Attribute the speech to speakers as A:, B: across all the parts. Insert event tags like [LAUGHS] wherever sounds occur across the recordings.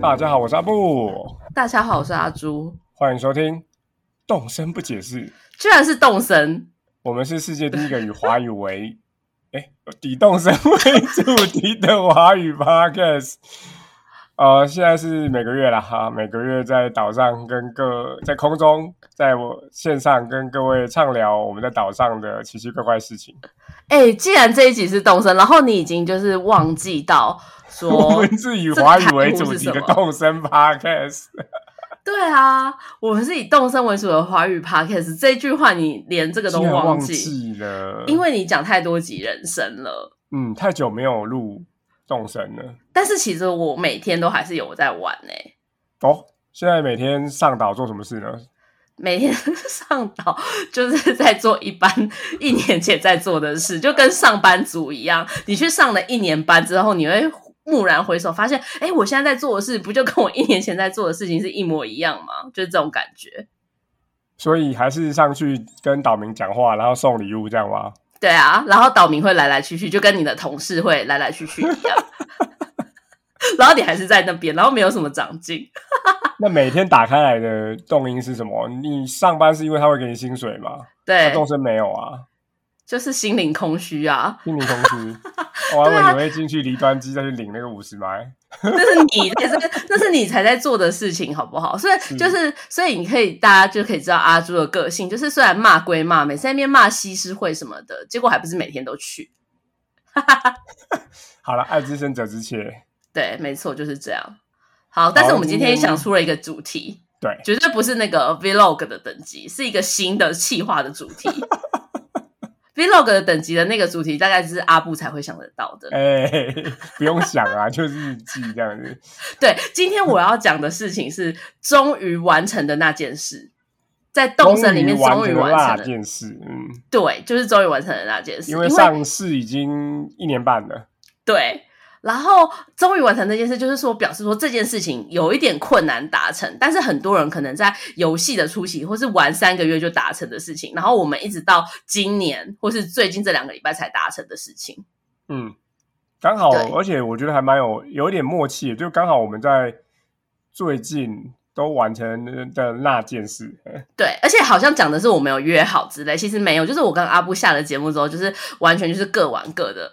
A: 大家好，我是阿布，
B: 大家好，我是阿朱，
A: 欢迎收听《动声不解释》。
B: 居然是动神，
A: 我们是世界第一个以华语为 [LAUGHS] 哎以动声为主题的华语 podcast。呃，现在是每个月啦，哈、每个月在岛上跟各在空中，在我线上跟各位畅聊我们在岛上的奇奇怪怪事情。
B: 哎、既然这一集是动神，然后你已经就是忘记到
A: 我
B: 说
A: 们，是以华语为主题
B: 这个
A: 的
B: 台
A: 动声 podcast。
B: 对啊，我们是以动身为主的华语 podcast 这句话，你连这个都
A: 竟然忘
B: 记，
A: 记了，
B: 因为你讲太多集人生了。
A: 嗯太久没有录动声了。
B: 但是其实我每天都还是有在玩哎、
A: 哦，现在每天上岛做什么事呢？
B: 每天 [LAUGHS] 上岛就是在做一般一年前在做的事，就跟上班族一样。你去上了一年班之后，你会蓦然回首，发现，哎，我现在在做的事，不就跟我一年前在做的事情是一模一样吗？就是这种感觉。
A: 所以还是上去跟岛民讲话，然后送礼物这样
B: [LAUGHS]
A: 吗？
B: 对啊，然后岛民会来来去去，就跟你的同事会来来去去一样。 [LAUGHS] 然后你还是在那边，然后没有什么长进。
A: 那每天打开来的动音是什么？你上班是因为他会给你薪水吗？那
B: 对，
A: 动身没有啊，
B: 就是心灵空虚啊，
A: 心灵空
B: [LAUGHS]
A: 虚。哦我还以为你会进去离端机再去领那个五十麦。
B: 那是你，那是那是你才在做的事情，好不好？所以就是，所以你可以大家就可以知道阿朱的个性，就是虽然骂归骂，每次在那边骂西施会什么的，结果还不是每天都去。
A: 好了，爱之深责之切。
B: 对，没错，就是这样。好，但是我们今天
A: 今天
B: 想出了一个主题，
A: 对，
B: 绝对不是那个 vlog 的等级，是一个新的企划的主题。vlog 的等级的那个主题，大概就是阿布才会想得到的。
A: 哎、不用想
B: [LAUGHS]
A: 啊，就是日记这样子。
B: 对，今天我要讲的事情是终于完成的那件事，在动森里面终
A: 终
B: 于
A: 于完成了那
B: 完成了。
A: 件事，嗯，
B: 对，就是终于完成了那件事，
A: 因
B: 因
A: 为上市已经一年半了。
B: 对，然后终于完成这件事，就是说表示说这件事情有一点困难达成，但是很多人可能在游戏的初期或是玩三个月就达成的事情，然后我们一直到今年或是最近这两个礼拜才达成的事情。
A: 嗯，刚好
B: 对，
A: 而且我觉得还蛮有有一点默契的，就刚好我们在最近都完成的那件事，哎
B: 对，而且好像讲的是我们有约好之类，其实没有，就是我跟阿布下了节目之后，就是完全就是各玩各的，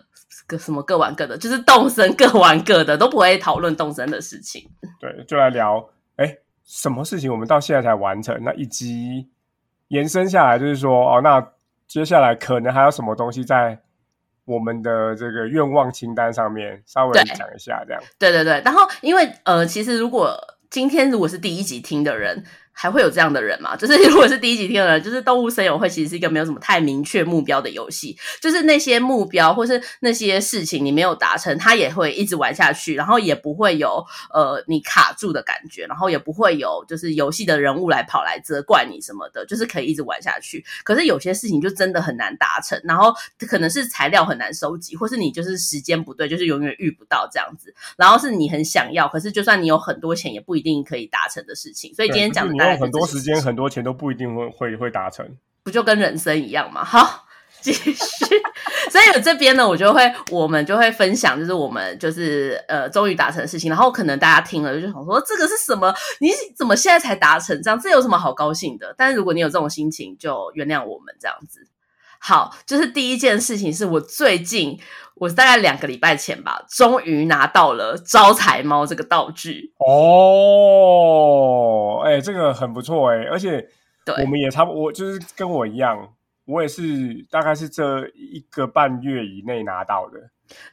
B: 各什么各玩各的，就是动身各玩各的，都不会讨论动身的事情。
A: 对，就来聊，哎，什么事情我们到现在才完成？那一集延伸下来，就是说，哦，那接下来可能还有什么东西在我们的这个愿望清单上面稍微
B: 对
A: 讲一下，这样
B: 对对对，然后因为呃，其实如果今天如果是第一集听的人，还会有这样的人嘛？就是如果是第一集听的人，就是《动物森友会》其实是一个没有什么太明确目标的游戏，就是那些目标或是那些事情你没有达成，它也会一直玩下去，然后也不会有呃你卡住的感觉，然后也不会有就是游戏的人物来跑来责怪你什么的，就是可以一直玩下去。可是有些事情就真的很难达成，然后可能是材料很难收集，或是你就是时间不对，就是永远遇不到这样子。然后是你很想要，可是就算你有很多钱，也不一定可以达成的事情。所以
A: 对
B: 今天
A: 就是
B: 讲的
A: 你
B: 大
A: 用
B: 概就
A: 很多
B: 是
A: 时间、很多钱都不一定会会会达成。
B: 不就跟人生一样嘛？好，继续。所以我这边呢，我就会，我们就会分享，就是我们就是呃，终于达成的事情。然后可能大家听了就想说，这个是什么？你怎么现在才达成？这样这有什么好高兴的？但是如果你有这种心情，就原谅我们这样子。好，就是第一件事情是我最近，我大概两个礼拜前吧，终于拿到了招财猫这个道具。
A: 哦，哎、这个很不错哎、而且
B: 对
A: 我们也差不多，我就是跟我一样，我也是大概是这一个半月以内拿到的。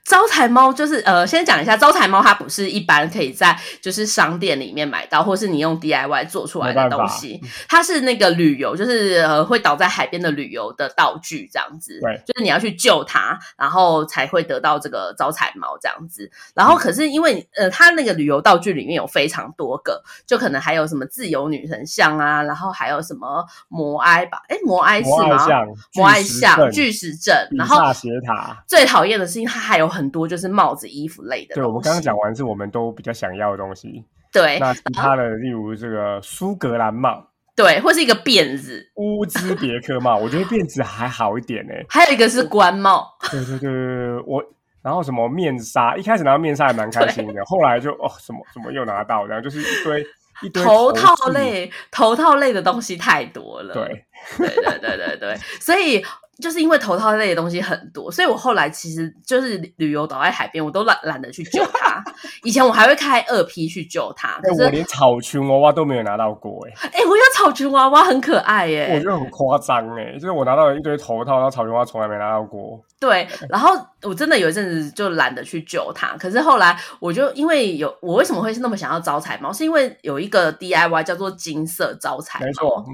B: 招财猫就是呃，先讲一下招财猫，它不是一般可以在就是商店里面买到，或是你用 DIY 做出来的东西，它是那个旅游，就是呃会倒在海边的旅游的道具这样子，
A: 对
B: 就是你要去救它，然后才会得到这个招财猫这样子。然后可是因为呃，它那个旅游道具里面有非常多个，就可能还有什么自由女神像啊，然后还有什么摩埃吧，诶，摩埃是
A: 摩艾
B: 吗？
A: 像、
B: 摩艾
A: 石
B: 像、
A: 阵
B: 巨石阵，
A: 比
B: 然后
A: 萨斜塔。
B: 最讨厌的是，因为它还有很多就是帽子、衣服类的
A: 对，我们
B: 东
A: 刚刚
B: 西哎
A: 讲完是我们都比较想要的东西。
B: 对
A: 那其他的，例如这个苏格兰帽、
B: 对，或是一个辫子，
A: 乌兹别克帽，我觉得辫子还好一点哎、
B: 还有一个是官帽，
A: 对对对对对，我。然后什么面纱，一开始拿到面纱还蛮开心的，后来就哦，什么什么又拿到，然后就是一堆一堆
B: 头
A: 饰
B: 套，类、头套类的东西太多了。
A: 对，
B: 对对对对
A: [LAUGHS]
B: 对，所以就是因为头套类的东西很多，所以我后来其实就是旅游倒在海边，我都懒懒得去救
A: [LAUGHS]
B: 它。以前我还会开二 P 去救它，
A: 哎、
B: 可是
A: 我连草裙娃娃都没有拿到过、哎、
B: 哎、我有草裙娃娃很可爱耶、
A: 我觉得很夸张、哎，就是我拿到了一堆头套，然后草裙娃娃从来没拿到过，
B: 对，然后我真的有一阵子就懒得去救它，可是后来我就因为有我为什么会是那么想要招财猫，是因为有一个 DIY 叫做金色招财
A: 没
B: 猫
A: 错，，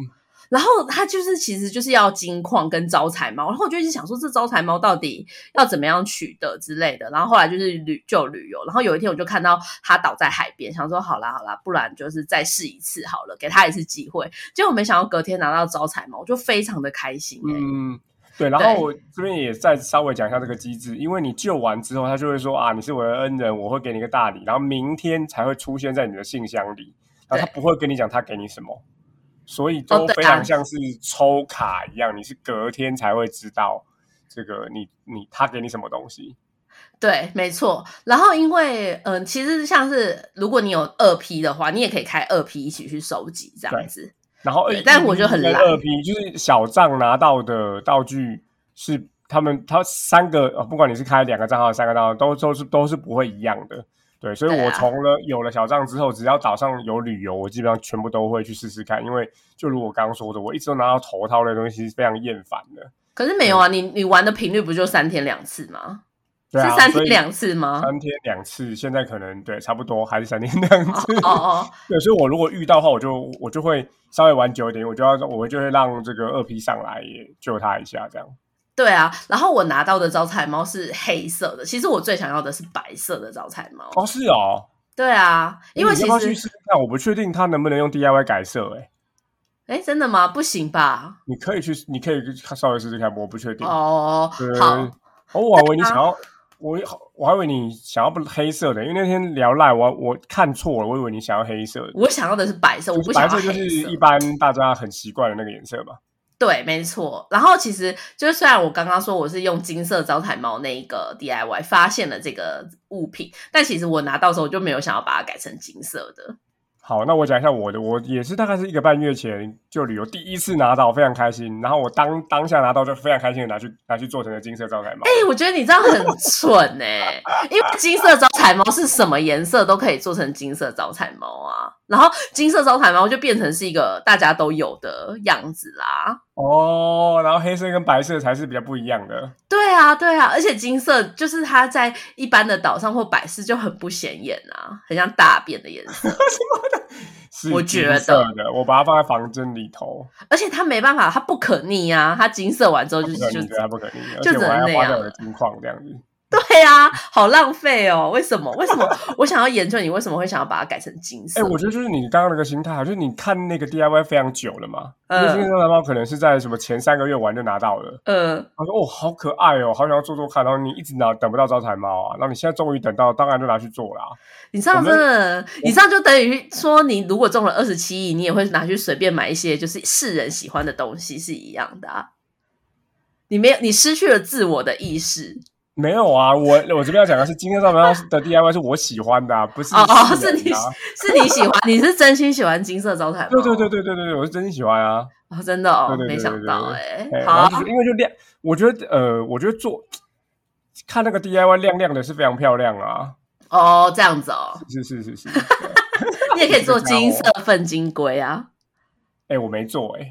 B: 然后它就是其实就是要金矿跟招财猫，然后我就一直想说这招财猫到底要怎么样取得之类的，然后后来就是旅就旅游，然后有一天我就看到它倒在海边，想说好啦好啦，不然就是再试一次好了，给它一次机会。结果没想到隔天拿到招财猫，我就非常的开心、欸、
A: 嗯，对，然后我这边也再稍微讲一下这个机制，因为你救完之后，他就会说啊，你是我的恩人，我会给你一个大礼，然后明天才会出现在你的信箱里，然后他
B: 对
A: 不会跟你讲他给你什么，所以
B: 哦
A: 都
B: 对
A: 非
B: 啊
A: 常像是抽卡一样，你是隔天才会知道这个你你他给你什么东西，
B: 对，没错。然后因为嗯、呃其实像是如果你有二批的话，你也可以开二批一起去收集这样
A: 对
B: 子。
A: 然后
B: 对但我就很懒
A: 二 P 就是小账拿到的道具是。他们他三个，呃不管你是开两个账号、三个账号，都都是都是不会一样的。对，所以
B: 对啊
A: 我从了有了小账之后，只要岛上有旅游，我基本上全部都会去试试看。因为就如我刚刚说的，我一直都拿到头套类东西，是非常厌烦的。
B: 可是没有啊，你你玩的频率不就三天两次吗？
A: 对啊，
B: 是三
A: 所
B: 天
A: 以
B: 两次吗？
A: 三天两次，现在可能对差不多还是三天两
B: 哦
A: 次。
B: [LAUGHS] 哦哦，
A: 对，所以我如果遇到的话，我就我就会稍微玩久一点，我就要我就会让这个二 P 上来也救他一下，这样。
B: 对啊。然后我拿到的招财猫是黑色的，其实我最想要的是白色的招财猫。
A: 哦，是哦，
B: 对啊，因为
A: 你
B: 其
A: 要不要去
B: 实
A: 试试看，我不确定它能不能用 DIY 改色、欸。哎，
B: 哎，真的吗？不行吧？
A: 你可以去，你可以去稍微试试看，我不确定。
B: 哦，
A: 嗯对
B: 好，啊
A: 哦，我还以为你想要，我我还以为你想要不黑色的，因为那天聊赖，我我看错了，我以为你想要黑色的。
B: 我想要的是白色，我不
A: 白
B: 想要
A: 色
B: 黑色。
A: 就是一般大家很习惯的那个颜色嘛。
B: 对，没错。然后其实就是，虽然我刚刚说我是用金色招财猫那一个 DIY 发现了这个物品，但其实我拿到的时候就没有想要把它改成金色的。
A: 好，那我讲一下我的，我也是大概是一个半月前就旅游第一次拿到，非常开心。然后我当当下拿到就非常开心的拿去拿去做成了金色招财猫。
B: 哎、我觉得你这样很蠢哎、因为金色招财猫是什么颜色都可以做成金色招财猫啊，然后金色招财猫就变成是一个大家都有的样子啦。
A: 哦，然后黑色跟白色才是比较不一样的。
B: 对啊，对啊，而且金色就是它在一般的岛上或摆饰就很不显眼啊，很像大便的颜色。
A: 是
B: 我
A: 金
B: 觉得
A: 色的，我把它放在房间里头，
B: 而且它没办法，它不可逆啊，它金色完之后
A: 不
B: 就
A: 可
B: 是就
A: 逆的，啊它不可逆的，而
B: 就
A: 且我还
B: 只能那
A: 要花
B: 样
A: 掉我的金矿这样子。
B: 对啊，好浪费哦！为什么？
A: [LAUGHS]
B: 为什么我想要研究你为什么会想要把它改成金色？
A: 哎、我觉得就是你刚刚那个心态，啊就是你看那个 DIY 非常久了嘛，因为
B: 嗯
A: 金色招财猫可能是在什么前三个月玩就拿到了，
B: 呃，
A: 他说哦好可爱哦，好想要做做看，然后你一直拿等不到招财猫啊，然后你现在终于等到，当然就拿去做啦。
B: 你这样
A: 我
B: 真
A: 们
B: 的，你这样就等于说，你如果中了二十七亿，你也会拿去随便买一些就是世人喜欢的东西是一样的、啊。你没有，你失去了自我的意识
A: 没有啊，我我这边要讲的是金色招财猫的 DIY 是我喜欢的、啊，不是
B: 哦哦，
A: 世
B: 是
A: 人
B: 你
A: 啊。
B: 是
A: [LAUGHS]
B: 你喜欢，你是真心喜欢金色招财猫，
A: 对对对对对对对，我是真心喜欢啊。
B: 哦，真的哦，
A: 对对对
B: 没想到
A: 对
B: 哎、
A: 哎，然
B: 好
A: 后就是因为就亮，我觉得呃，我觉得做看那个 DIY 亮亮的是非常漂亮啊，
B: 哦，这样子哦，
A: 是是是是。
B: 你也可
A: [LAUGHS]
B: 以做金色粪金龟啊，
A: 哎、我没做
B: [LAUGHS]
A: 哎、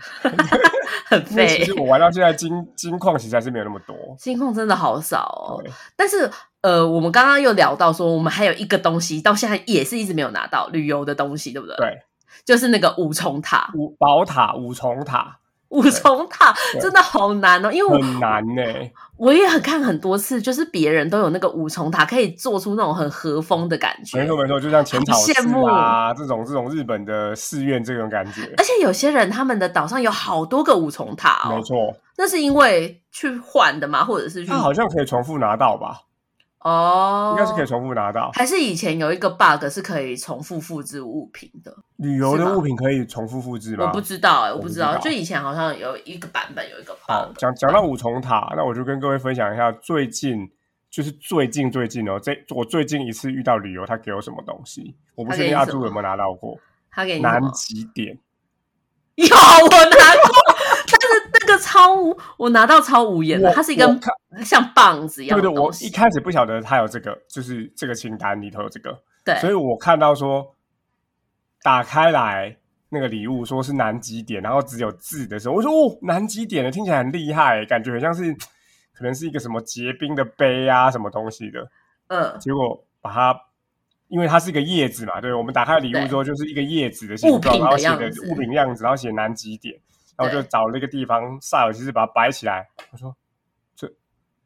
B: 很
A: 因为其实
B: 废。
A: 我玩到现在金金矿其实还是没有那么多。
B: 金控真的好少哦，
A: 对，
B: 但是呃，我们刚刚又聊到说，我们还有一个东西到现在也是一直没有拿到旅游的东西，对不对？
A: 对，
B: 就是那个五重塔，
A: 五宝塔、五重塔
B: 五重塔
A: 对
B: 真的好难哦，因为
A: 很难呢、
B: 我我也很看很多次，就是别人都有那个五重塔，可以做出那种很和风的感觉
A: 没，错没错，就像浅草
B: 好羡哦
A: 寺啊这种这种日本的寺院这种感觉，
B: 而且有些人他们的岛上有好多个五重塔
A: 没
B: 哦，
A: 错，
B: 那是因为去换的吗？或者是去
A: 它好像可以重复拿到吧？
B: 哦，
A: 应该是可以重复拿到。
B: 还是以前有一个 bug 是可以重复复制物品的，
A: 旅游
B: 是吗
A: 的物品可以重复复制
B: 我
A: 吗？
B: 不知道哎、我
A: 我
B: 不
A: 不
B: 知
A: 知
B: 道，
A: 道
B: 就以前好像有一个版本有一个
A: 好，
B: bug，
A: 讲讲到五重塔，那我就跟各位分享一下最近就是最近最近哦，这我最近一次遇到旅游，他给我什么东西，我不确定阿
B: 他给你什么
A: 朱有没有拿到过
B: 他给你什
A: 南
B: 么？
A: 极点，
B: [LAUGHS] 有我拿过，但是那个超无我拿到超无言的，
A: 我
B: 它是一根
A: 我看
B: 像棒子一样
A: 对
B: 的
A: 对，我
B: 东
A: 一
B: 西。
A: 开始不晓得他有这个，就是这个清单里头有这个，
B: 对
A: 所以我看到说打开来那个礼物说是南极点，然后只有字的时候，我说哦，南极点的听起来很厉害，感觉很像是可能是一个什么结冰的杯啊，什么东西的。
B: 嗯，
A: 结果把它，因为它是一个叶子嘛，对，我们打开礼物之后就是一个叶子的形
B: 物品
A: 状，
B: 的
A: 然后写
B: 样
A: 的
B: 子
A: 物品样子，然后写南极点，然后我就
B: 对
A: 找了一个地方，煞有其事把它摆起来。我说，这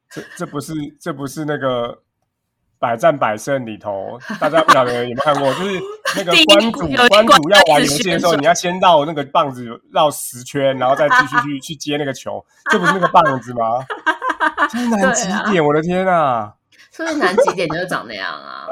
A: 这这不是这不是那个。百战百胜里头，大家不晓得有没有看过，就是那
B: [LAUGHS]
A: 个
B: 第一
A: 关主
B: 有一个
A: 关主要玩
B: 关
A: 游
B: 子
A: 戏的
B: 选
A: 时候，
B: 手
A: 你要先绕那个棒子绕十圈，然后再继续
B: [LAUGHS]
A: 去去接那个球，这不是那个棒子吗？这是南极
B: 对啊
A: 点，我的天啊！
B: 所以南极点就是长那样
A: [LAUGHS]
B: 啊。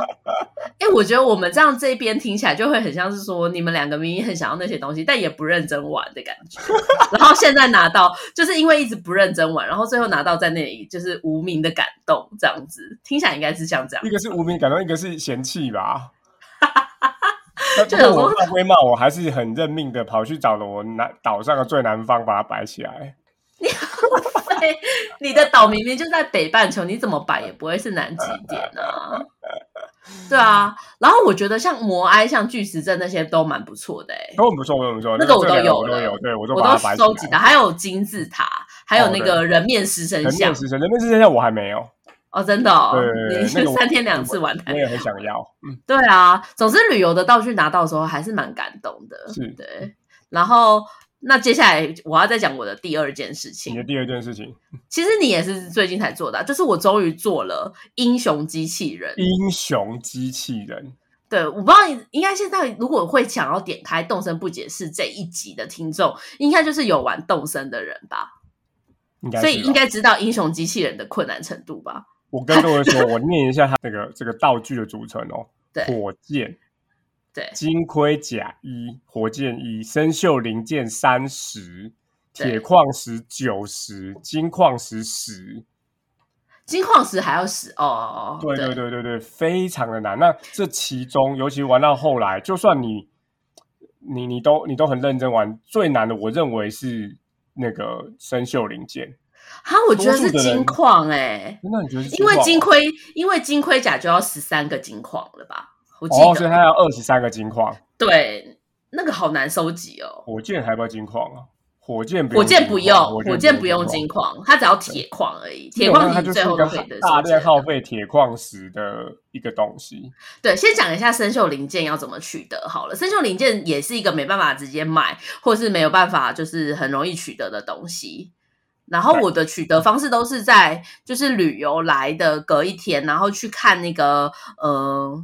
B: 哎、我觉得我们这样这一边听起来就会很像是说，你们两个明明很想要那些东西，但也不认真玩的感觉。 [LAUGHS] 然后现在拿到，就是因为一直不认真玩，然后最后拿到在那里就是无名的感动，这样子听起来应该是像这样
A: 一。个是无名感动，一个是嫌弃
B: [LAUGHS]
A: 吧。但
B: 这
A: 但
B: 有时候
A: 我犯规嘛，我还是很认命的跑去找了我南岛上的最南方，把它摆起来。
B: [LAUGHS] 对，你的岛明明就在北半球，你怎么摆也不会是南极点
A: [LAUGHS]
B: 啊。对啊，然后我觉得像摩埃、像巨石阵那些都蛮不错的哎、
A: 都很不错，都很不错。
B: 那
A: 个
B: 个我都
A: 这两个
B: 有
A: 我都
B: 了
A: 有，对我都
B: 我
A: 把
B: 都
A: 它摆起
B: 收集到，
A: 来。
B: 还有金字塔，还有那
A: 哦
B: 个人面狮身
A: 人
B: 像
A: 面狮身，人面狮身像我还没有，
B: 哦，真的哦
A: 对，
B: 你
A: 那个
B: 就
A: 我
B: [LAUGHS] 三天两次玩
A: 我
B: 它。
A: 也很想要。
B: [LAUGHS]
A: 嗯，
B: 对啊，总之旅游的道具拿到的时候还是蛮感动的，
A: 是
B: 对。然后那接下来我要再讲我的第二件事
A: 你
B: 情
A: 的，第二件事情，
B: 其实你也是最近才做的啊、就是我终于做了英雄机器人。
A: 英雄机器人，
B: 对，我不知道你应该现在如果会想要点开《动森不解释》这一集的听众，应该就是有玩动森的人吧，
A: 应该
B: 所以
A: 是
B: 应
A: 吧。
B: 该知道英雄机器人的困难程度吧？
A: 我跟各位说，我念一下它这个这个道具的组成哦：
B: [LAUGHS] 对
A: 火箭、
B: 对
A: 金盔甲一、火箭一、生锈零件三十、
B: 对
A: 铁矿石九十、金矿石十。
B: 金矿石还要使哦哦哦，
A: 对对对对对，非常的难。那这其中，尤其玩到后来，就算你你你都你都很认真玩，最难的我认为是那个生锈零件。
B: 哈，我觉得
A: 多
B: 是
A: 数的人
B: 金矿哎、
A: 那你觉得是
B: 因为金
A: 金矿哦
B: 盔，因为金盔甲就要十三个金矿了吧？我记
A: 哦，
B: 得、
A: 所以它要二十三个金矿，
B: 对，那个好难收集哦。
A: 火箭还要不要金矿啊？火箭不
B: 火
A: 用
B: 箭
A: 金
B: 不
A: 矿
B: 用，
A: 火
B: 火箭不用
A: 金矿
B: 金矿，它只要铁矿而已。铁
A: 基本上
B: 矿
A: 它
B: 你
A: 就是
B: 最后
A: 一个
B: 都可以得
A: 大
B: 收集
A: 量
B: 得到
A: 耗费铁矿石的一个东西。
B: 对，先讲一下生锈零件要怎么取得好了。生锈零件也是一个没办法直接买，或是没有办法就是很容易取得的东西。然后
A: 对
B: 我的取得方式都是在就是旅游来的隔一天，然后去看那个呃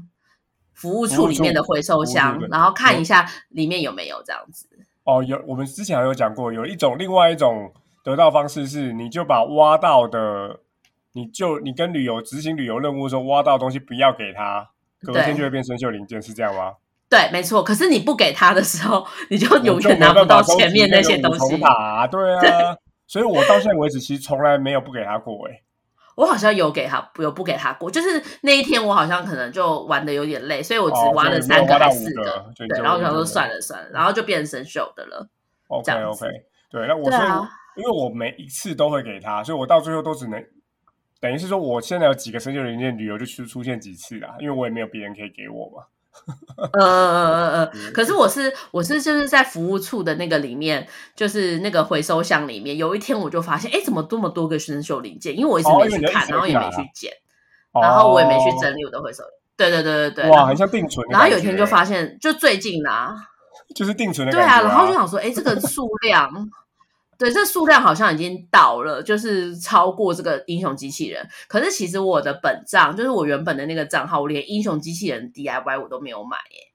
B: 服务
A: 服
B: 处
A: 务
B: 里面的
A: 处
B: 回收
A: 服务处嗯
B: 箱
A: 对，
B: 然后看一下里面有没有这样子。
A: 哦，有我们之前有讲过，有一种另外一种得到方式是，你就把挖到的，你就你跟旅游执行旅游任务的时候挖到的东西不要给他，隔
B: 对
A: 天就会变生锈零件，是这样吗？
B: 对，没错。可是你不给他的时候，你就
A: 我
B: 永
A: 就
B: 远
A: 没
B: 拿不
A: 办
B: 到
A: 法收
B: 前
A: 集
B: 面
A: 那
B: 些
A: 个
B: 东
A: 五重
B: 西。
A: 塔啊，对
B: [LAUGHS]
A: 啊，所以我到现在为止其实从来没有不给他过、欸，哎，
B: 我好像有给他，有不给他过，就是那一天我好像可能就玩的有点累，所以我只
A: 哦
B: 挖
A: 所以
B: 了
A: 你没有
B: 三个
A: 挖到
B: 还
A: 五
B: 是四个，
A: 个，对
B: 对，然后我想说算了算了，然后就变成生锈的
A: [LAUGHS]
B: 了。
A: OK
B: 这样子
A: OK，对，那我
B: 对
A: 所以
B: 啊
A: 我因为我每一次都会给他，所以我到最后都只能等于是说，我现在有几个生锈零件，旅游就出出现几次啦，因为我也没有别人可以给我嘛。
B: 呃呃呃呃
A: 嗯
B: 呃，可是我是我是就是在服务处的那个里面，就是那个回收箱里面，有一天我就发现，哎，怎么这么多个生锈零件？因为我一直
A: 哦因
B: 没
A: 为
B: 去
A: 你一直
B: 看，
A: 没
B: 然后也
A: 去
B: 没
A: 拿
B: 去捡，然后我也没去整理我的回收。对对对
A: 哦。
B: 对对，然
A: 哇，
B: 后
A: 很像定存的
B: 然
A: 感觉。欸
B: 后有一天就发现，就最近啊，
A: 就是定存的
B: 对
A: 感觉、
B: 啊，然后就想说，哎，这个数量，对，这数量好像已经到了，就是超过这个英雄机器人。可是其实我的本账，就是我原本的那个账号，我连英雄机器人 DIY 我都没有买耶。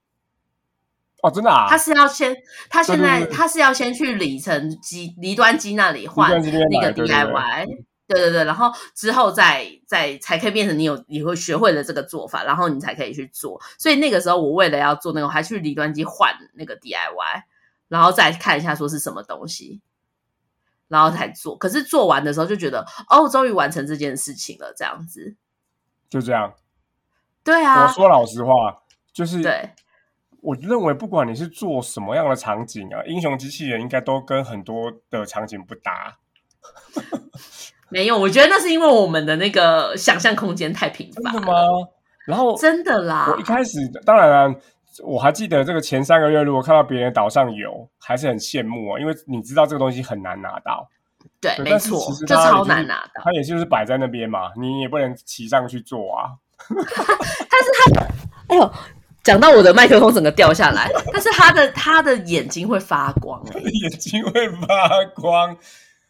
A: 哦，真的啊，
B: 他是要先，他现在
A: 对对对
B: 他是要先去里程机离端机那里
A: 一
B: 换
A: 段时间
B: 那
A: 买
B: 个
A: 对对对
B: DIY。对对对，然后之后再再才可以变成你有你会学会了这个做法，然后你才可以去做。所以那个时候我为了要做那个，我还去离端机换那个 DIY，然后再看一下说是什么东西，然后才做。可是做完的时候就觉得哦，终于完成这件事情了，这样子。
A: 就这样。
B: 对
A: 我
B: 啊，
A: 说老实话，就是
B: 对，
A: 我认为，不管你是做什么样的场景啊，英雄机器人应该都跟很多的场景不搭。
B: 没有，我觉得那是因为我们的那个想象空间太贫
A: 真
B: 乏
A: 的，吗？然后
B: 真的啦
A: 我一，开始，当然啦、我还记得这个前三个月，如果看到别人岛上有，还是很羡慕啊，因为你知道这个东西很难拿到，
B: 对，
A: 对
B: 没
A: 但是
B: 错
A: 其实，
B: 就
A: 它
B: 超
A: 已经
B: 难拿到。
A: 它也就是摆在那边嘛，你也不能骑上去做啊。 [LAUGHS]
B: 哎呦，讲到我的麦克风整个掉下来， [LAUGHS] 但是他的他的眼睛会发光、哎，
A: 眼睛会发光，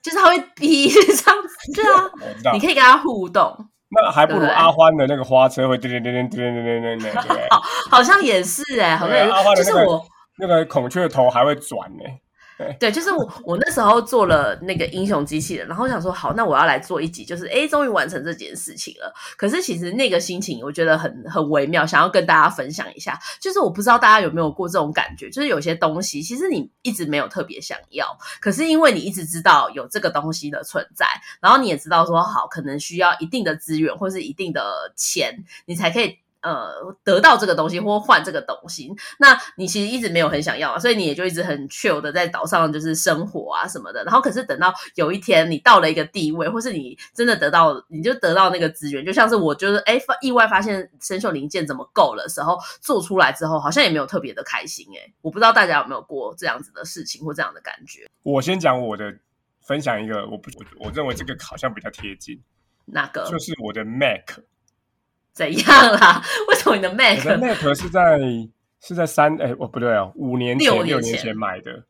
B: 就是他会 [LAUGHS] 逼这样子，对
A: [LAUGHS]
B: 啊，
A: 我知道
B: 你。可以跟他互动，
A: 那还不如
B: 对
A: 阿欢的那个花车会叮叮叮叮叮叮叮叮叮，对不对？
B: 好像也是哎、好像也
A: 对啊阿花
B: 是，
A: 的
B: 就是
A: 那个
B: 我。
A: 那个孔雀头还会转呢、
B: 对，就是我，我那时候做了那个英雄机器人，然后想说，好，那我要来做一集，就是诶，终于完成这件事情了。可是其实那个心情，我觉得很很微妙，想要跟大家分享一下。就是我不知道大家有没有过这种感觉，就是有些东西其实你一直没有特别想要，可是因为你一直知道有这个东西的存在，然后你也知道说，好，可能需要一定的资源或是一定的钱，你才可以。呃，得到这个东西或换这个东西，那你其实一直没有很想要啊，所以你也就一直很 chill 的在岛上就是生活啊什么的。然后可是等到有一天你到了一个地位，或是你真的得到，你就得到那个资源，就像是我就是哎发意外发现生锈零件怎么够了时候，做出来之后好像也没有特别的开心哎、我不知道大家有没有过这样子的事情或这样的感觉，
A: 我先讲我的，分享一个，我不，我我认为这个好像比较贴近，
B: 那个
A: 就是我的 Mac，
B: 怎样啦？ [LAUGHS] 为什么你的
A: 我的
B: Mac
A: Mac 是在是在三哎、哦不对哦，五年前
B: 六年
A: 六年
B: 前
A: 前买的。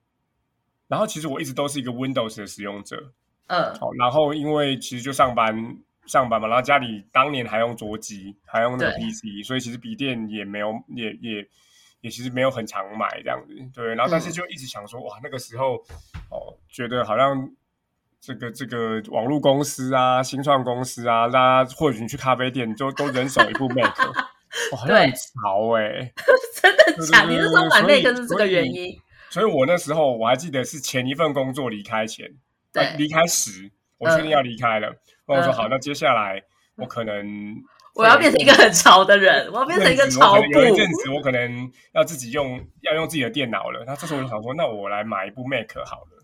A: 然后其实我一直都是一个 Windows 的使用者，
B: 呃
A: 好，然后因为其实就上班上班嘛，然后家里当年还用桌机，还用那个
B: 对
A: PC，所以其实笔电也没有，也也也其实没有很常买这样子，对。然后但是
B: 嗯
A: 就一直想说，哇，那个时候哦，觉得好像这个这个网络公司啊、新创公司啊，大家或许你去咖啡店就都人手一部
B: [LAUGHS]
A: Mac，哇，好像很
B: 对
A: 潮哎、
B: 真的假？
A: 对对对
B: 你那时候买
A: 所以
B: Mac 是这
A: 所以
B: 个
A: 啊
B: 原因？
A: 所以我那时候我还记得是前一份工作离开前，呃
B: 对，嗯
A: 离开时，我确定要离开了。那、我说好，那接下来我可能
B: 我要变成一个很潮的人，我要变成一个
A: 阵子我
B: 潮
A: 可能有一
B: 布。
A: 阵子我可能要自己用，要用自己的电脑了。那这时候我就想说，那我来买一部 Mac 好了。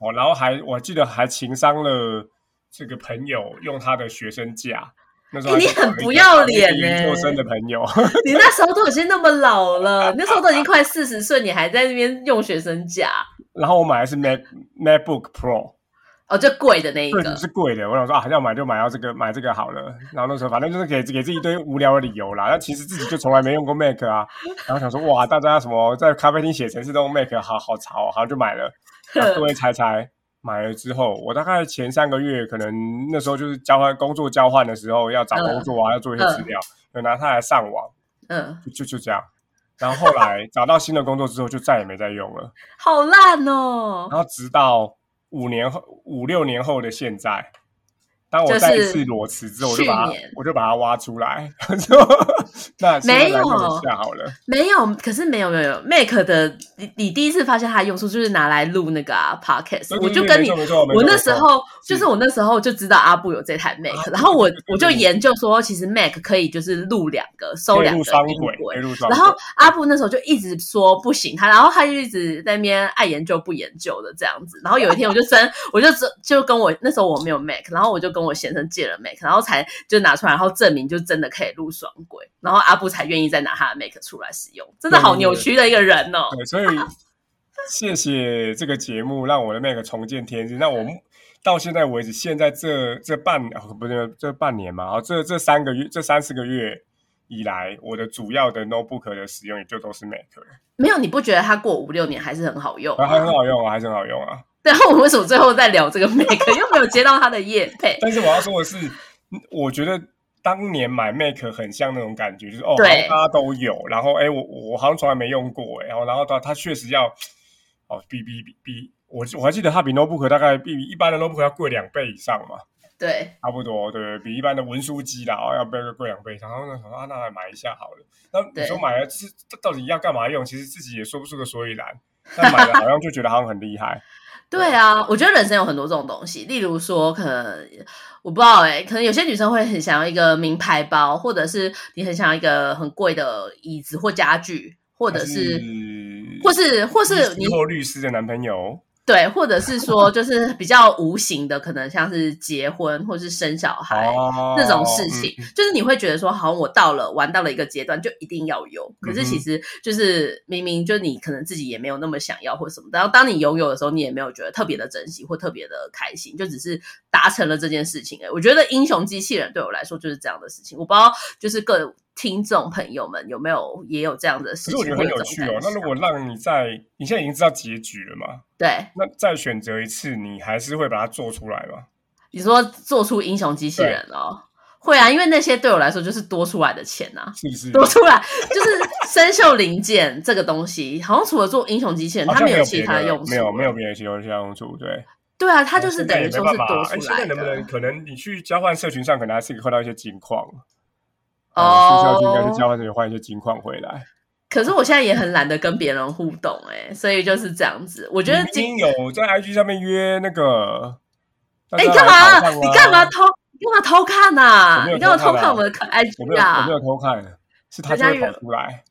A: 哦，然后还我记得还情商了这个朋友用他的学生价。那时候
B: 哎
A: 还
B: 你
A: 去找
B: 很
A: 了一
B: 不
A: 个
B: 要脸
A: 一个研究
B: 欸
A: 生的朋友， [LAUGHS]
B: 你那时候都已经那么老了，你那时候都已经快四十岁，你还在那边用学生价，
A: 然后我买的是 Mac MacBook Pro，
B: 哦，就贵的那一
A: 对，
B: 个，
A: 是贵的。我想说啊，要买就买到这个，买这个好了。然后那时候反正就是给给自己一堆无聊的理由啦。那其实自己就从来没用过 Mac 啊。然后想说哇，大家什么在咖啡厅写程式都用 Mac，好好潮哦，好像就买了。然后各位猜猜，买了之后，我大概前三个月，可能那时候就是交换工作交换的时候，要找工作啊，要做一些资料，就拿它来上网，
B: 嗯，
A: 就就就这样。然后后来找到新的工作之后，就再也没再用了。
B: 好烂哦，
A: 然后直到五年后、五六年后的现在，当我再一次裸辞之后，我
B: 就是
A: 就把它
B: 去年
A: 我就把它挖出来， [LAUGHS] 说那现在来用一下好了。
B: 没有，可是没有没有没有 Mac 的，你你第一次发现它的用处就是拿来录那个啊 podcast，
A: 对
B: 我
A: 对
B: 就
A: 对
B: 跟
A: 没
B: 你
A: 错没错没错
B: 我那时
A: 没错嗯
B: 候就是我那时候就知道阿布有这台 Mac，
A: 啊
B: 然后我
A: 对对对
B: 我就研究说，其实 Mac 可以就是录两个，收
A: 可以
B: 两
A: 入
B: 个
A: 双
B: 音
A: 轨，可以入双轨。
B: 然后阿布那时候就一直说不行，他然后他就一直在那边爱研究不研究的这样子。然后有一天我就真我就真就跟我那时候我没有 Mac，然后我就跟我先生借了 Mac，然后才就拿出来，然后证明就真的可以录双轨，然后阿布才愿意再拿他的 Mac 出来使用，真的好扭曲的一个人哦。
A: 对，所以谢谢这个节目让我的 Mac 重见天日。那我目到现在为止，现在这这半哦不是这半年嘛，哦这这三个月这三四个月以来，我的主要的 notebook 的使用也就都是 Mac，了
B: 没有，你不觉得他过五六年还是很好用
A: 然后还很
B: 吗？ [LAUGHS]
A: 好用啊，还是很好用啊。
B: 然后我们为什么最后在聊这个 Mac，又没有接到他的业配？
A: 但是我要说的是，嗯我觉得当年买 Mac 很像那种感觉，就是哦，好
B: 对
A: 像大家都有，然后哎，我我好像从来没用过哎，然后然后它它确实要哦，比比比比，我我还记得它比 notebook 大概比一般的 notebook 要贵两倍以上嘛，
B: 对，
A: 差不多对，比一般的文书机啦，哦要不要贵两倍以上？然后呢，想说啊，那来买一下好了。那你说
B: 对
A: 买了是到底要干嘛用？其实自己也说不出个所以然，但买了好像就觉得好像很厉害。
B: 对啊，我觉得人生有很多这种东西，例如说，可能我不知道哎、可能有些女生会很想要一个名牌包，或者是你很想要一个很贵的椅子或家具，或者是，或是或是你
A: 以后律师的男朋友，
B: 对，或者是说就是比较无形的，可能像是结婚或是生小孩。
A: 哦，
B: 这种事情，
A: 嗯
B: 就是你会觉得说，好像我到了玩到了一个阶段，就一定要有。可是
A: 嗯哼
B: 其实就是明明就你可能自己也没有那么想要或什么，然后当你拥有的时候，你也没有觉得特别的珍惜或特别的开心，就只是达成了这件事情、欸。我觉得英雄机器人对我来说就是这样的事情。我不知道就是各听众朋友们有没有也有这样的事
A: 可是
B: 情，
A: 我觉得很有
B: 或者这
A: 趣
B: 种
A: 哦。
B: 感
A: 那
B: 想
A: 如果让你在你现在已经知道结局了嘛，
B: 对
A: 那再选择一次，你还是会把它做出来吗？
B: 你说做出英雄机器
A: 对
B: 人哦，会啊，因为那些对我来说就是多出来的钱啊。
A: 是不是？
B: [LAUGHS] 多出来，就是生锈零件这个东西，好像除了做英雄机器人，
A: 好
B: 它
A: 像
B: 没
A: 没
B: 有
A: 有
B: 其
A: 别
B: 他
A: 的
B: 用处，
A: 没有没有。别的其他用处，对。
B: 对啊，它就是
A: 现
B: 等
A: 在也
B: 于
A: 没
B: 说
A: 办
B: 是
A: 法
B: 多
A: 啊哎
B: 出
A: 现在
B: 来
A: 能不能
B: 的。
A: 可能你去交换社群上，可能还是可以换到一些金矿。
B: 哦
A: 啊去社群应该是交换社群换一些金矿回来。
B: 可是我现在也很懒得跟别人互动、哎，所以就是这样子。我觉得
A: 你
B: 今
A: 明明有在 IG 上面约那个，
B: 哎、
A: 大家
B: 干
A: 来
B: 嘛？
A: 跑
B: 你
A: 趟啊
B: 干嘛？偷？你干嘛偷看呐、
A: 我没有
B: 你干嘛
A: 偷
B: 偷
A: 看啊
B: 看我们的 IG
A: 我没有，我
B: 啊
A: 没？有偷看，是他就会跑出来。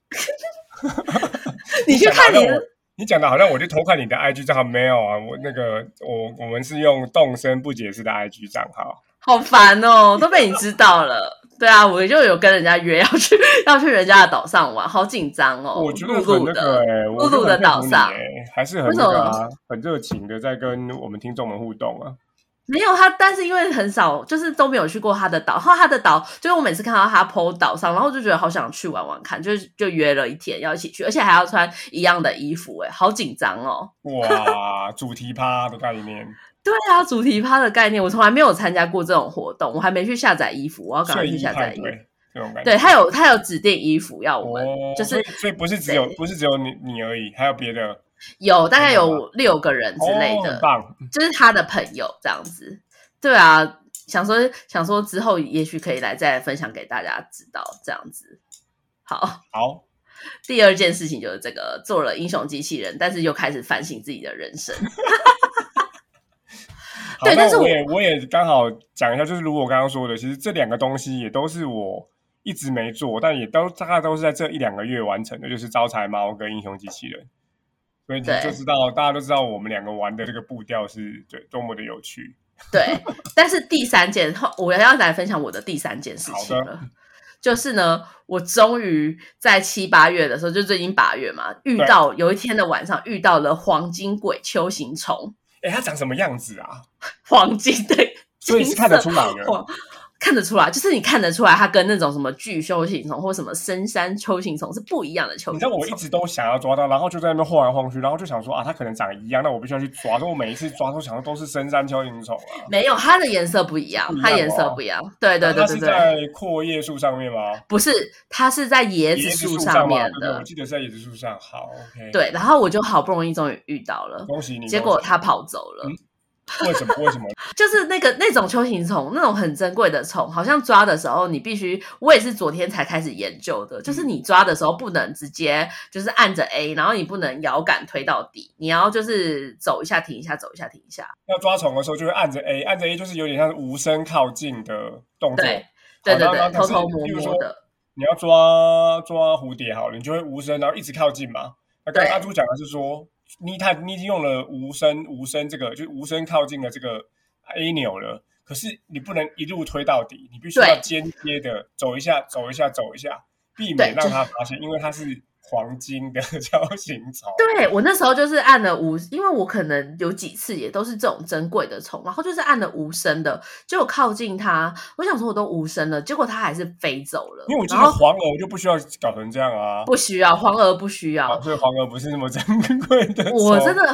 B: 你去看
A: 讲得好像
B: 你的
A: 啊我。你讲的好像我去偷看你的 IG 账号没有啊？我那个我我们是用动声不解释的 IG 账号，
B: 好烦哦，都被你知道了。对啊，我就有跟人家约要去要去人家的岛上玩，好紧张哦。
A: 我觉得
B: 露
A: 很
B: 露
A: 那
B: 的，
A: 个哎、我
B: 露露的
A: 真很佩服
B: 岛
A: 你
B: 上
A: 哎还是很那个啊，很热情的在跟我们听众们互动啊。
B: 没有他，但是因为很少，就是都没有去过他的岛。然后他的岛，就是我每次看到他 PO 岛上，然后我就觉得好想去玩玩看，就是就约了一天要一起去，而且还要穿一样的衣服、欸，好紧张哦。 [LAUGHS]
A: 哇，主题趴的概念，
B: 对啊，主题趴的概念，我从来没有参加过这种活动，我还没去下载衣服，我要赶快
A: 睡
B: 去
A: 衣
B: 下载
A: 派
B: 衣服。
A: 对这种感觉。
B: 对他有他有指定衣服要我们，
A: 哦，
B: 就
A: 所
B: 是
A: 以所以不是只有不是只有你你而已，还有别的
B: 有大
A: 真
B: 概
A: 的
B: 有六个人之类
A: 哦
B: 的，
A: 很棒。
B: 就是他的朋友这样子。对啊，想说想说之后也许可以来再分享给大家知道这样子。好，
A: 好，
B: 第二件事情就是这个做了英雄机器人，但是又开始反省自己的人生。
A: 好
B: 对
A: 那
B: 但是
A: 我
B: 我
A: 也我也刚好讲一下，就是如我刚刚说的，其实这两个东西也都是我一直没做，但也都大概都是在这一两个月完成的，就是招财猫跟英雄机器人。所以你
B: 对
A: 就知道，大家都知道我们两个玩的这个步调是对多么的有趣。
B: 对，
A: [LAUGHS]
B: 但是第三件，后我要来分享我的第三件事情
A: 好
B: 了，就是呢，我终于在七八月的时候，就最近八月嘛，遇
A: 对
B: 到有一天的晚上遇到了黄金鬼球形虫，
A: 哎，它长什么样子啊？
B: 黄金对，
A: 所以是
B: 金
A: 看得
B: 色
A: 出来的。
B: 黄看得出来，就是你看得出来，它跟那种什么巨球形虫或什么深山球形虫是不一样的球
A: 你
B: 形
A: 知道
B: 虫。
A: 我一直都想要抓到，然后就在那边晃来晃去，然后就想说啊，它可能长一样，那我必须要去抓。所以我每一次抓都想说都是深山蚯蚓虫啊。
B: 没有它的颜色不一样
A: 不一，样
B: 它颜色
A: 哦
B: 不一样。对对对
A: 它
B: 对
A: 是
B: 对，
A: 在阔叶树上面吗？
B: 不是它是在椰
A: 椰子
B: 树
A: 上吗
B: 面
A: 对对，
B: 的
A: 我，记得是在椰子树上。好，OK。，
B: 对，然后我就好不容易终于遇到了，
A: 恭喜你。
B: 结果
A: 恭喜
B: 它跑走了。
A: 嗯你为什么？为什么？
B: 就是那个那种球形虫，那种很珍贵的虫，好像抓的时候你必须，我也是昨天才开始研究的，就是
A: 嗯
B: 你抓的时候不能直接就是按着 A，然后你不能摇杆推到底，你要就是走一下停一下，走一下停一下。
A: 要抓虫的时候就会按着 A，按着 A 就是有点像是无声靠近的动作。
B: 对对对
A: 好那那
B: 对，
A: 可
B: 偷
A: 是
B: 偷摸
A: 譬如
B: 摸
A: 说
B: 的，
A: 你要抓抓蝴蝶好了，你就会无声，然后一直靠近嘛。那刚
B: 对
A: 刚阿朱讲的是说，你他你已经用了无声无声这个，就是无声靠近的这个 A 钮了，可是你不能一路推到底，你必须
B: 对
A: 要间接的走一下走一下走一下，避免
B: 对
A: 让
B: 就
A: 他发现，因为它是黄金的 [LAUGHS] 交形虫。
B: 对我那时候就是按了无，因为我可能有几次也都是这种珍贵的虫，然后就是按了无声的，结果靠近它，我想说我都无声了，结果它还是飞走了，
A: 因为我觉
B: 然
A: 得
B: 后
A: 黄鹅就不需要搞成这样啊，
B: 不需要黄鹅不需要
A: 啊，所以黄鹅不是那么珍贵的虫。
B: 我真的，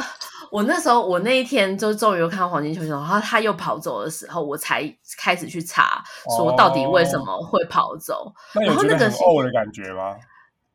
B: 我那时候我那一天就终于有看到黄金球球，然后他又跑走的时候，我才开始去查说到底为
A: 哦
B: 什么会跑走，
A: 那有
B: 然后
A: 觉得
B: 那个
A: 很
B: 是
A: 呕的感觉吗？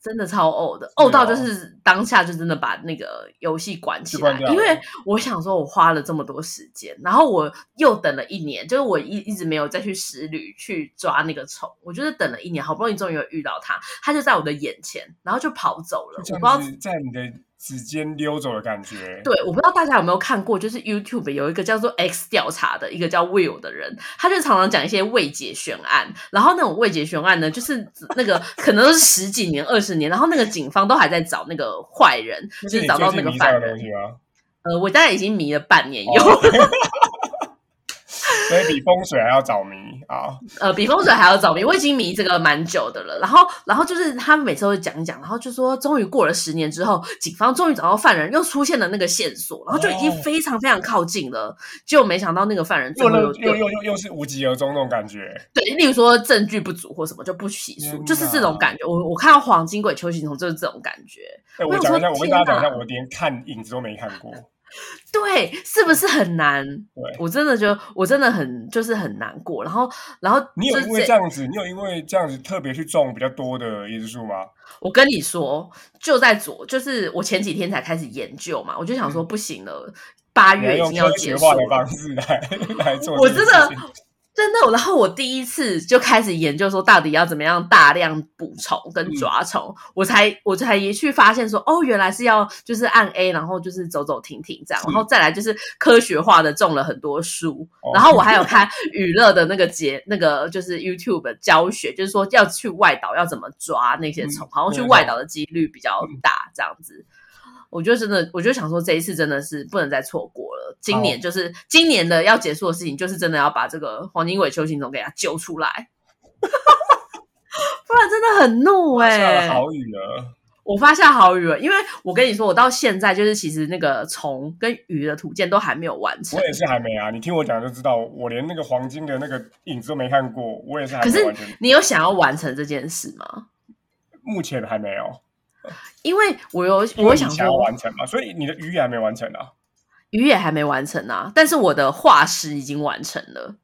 B: 真的超呕的，
A: 对啊
B: 呕到就是当下就真的把那个游戏关起
A: 就
B: 来
A: 关，掉了
B: 因为我想说我花了这么多时间，然后我又等了一年，就是我一一直没有再去十旅去抓那个虫，我就是等了一年，好不容易终于有遇到它，它就在我的眼前，然后就跑走了，我
A: 这
B: 不知道
A: 样子在你的指尖溜走的感觉。
B: 对，我不知道大家有没有看过，就是 YouTube 有一个叫做 X 调查的一个叫 Will 的人，他就常常讲一些未解悬案，然后那种未解悬案呢，就是那个可能都是十几年、二十年，然后那个警方都还在找那个坏人，
A: 这
B: 就是是
A: 你
B: 找
A: 最
B: 到那
A: 近
B: 个
A: 迷上
B: 犯
A: 的
B: 人
A: 东。西吗？哦
B: 呃，我大概已经迷了半年有，
A: 所以比风水还要着迷啊！
B: [LAUGHS] 呃，比风水还要早迷，我已经迷这个蛮久的了。然后，然后就是他们每次都会讲一讲，然后就说，终于过了十年之后，警方终于找到犯人，又出现了那个线索，然后就已经
A: 哦
B: 非常非常靠近了。结果没想到那个犯人最
A: 又
B: 后又
A: 又又又又又是无疾而终那种感觉。
B: 对，例如说证据不足或什么就不起诉，
A: 天
B: 就是这种
A: 哪
B: 感觉。我我看到黄金鬼邱行彤就是这种感觉，
A: 哎，
B: 我
A: 我讲
B: 想
A: 一下，
B: 说
A: 我跟大家讲
B: 天哪
A: 一下，我连看影子都没看过。
B: 对，是不是很难？
A: 对，
B: 我真的觉得我真的很就是很难过。然后，然后
A: 你有
B: 就
A: 因为
B: 这
A: 这样子，你有因为这样子特别去种比较多的椰子树吗？
B: 我跟你说，就在昨，就是我前几天才开始研究嘛，我就想说不行了，八
A: 嗯你要
B: 月已
A: 用
B: 经要
A: 科学
B: 结束
A: 化的
B: 了。
A: 方式来 [LAUGHS] 来做
B: 我
A: 这件
B: 真的
A: 事情
B: 真的，然后我第一次就开始研究说，到底要怎么样大量捕虫跟
A: 嗯
B: 抓虫，我才我才也去发现说，哦，原来是要就是按 A，然后就是走走停停这样，
A: 是
B: 然后再来就是科学化的种了很多树，
A: 哦
B: 然后我还有看娱乐的那个节， [LAUGHS] 那个就是 YouTube 的教学，就是说要去外岛要怎么抓那些虫，
A: 嗯
B: 好像去
A: 对
B: 外岛的几率比较大，这样子。我就真的，我就想说，这一次真的是不能再错过了。今年就是、今年的要结束的事情，就是真的要把这个黄金鬼邱行总给他揪出来， [LAUGHS] 不然真的很怒哎、
A: 下了好雨了，
B: 我发下好雨了，因为我跟你说，我到现在就是其实那个虫跟鱼的图鉴都还没有完成
A: 我。也是还没啊。你听我讲就知道，我连那个黄金的那个影子都没看过，我也是还
B: 可
A: 没
B: 是
A: 完全，
B: 你有想要完成这件事吗？
A: 目前还没有，
B: 因为我有，
A: 因为
B: 我
A: 你
B: 想
A: 想要
B: 说，
A: 完成嘛，所以你的鱼也还没完成啊。
B: 鱼也还没完成啊，但是我的化石已经完成了。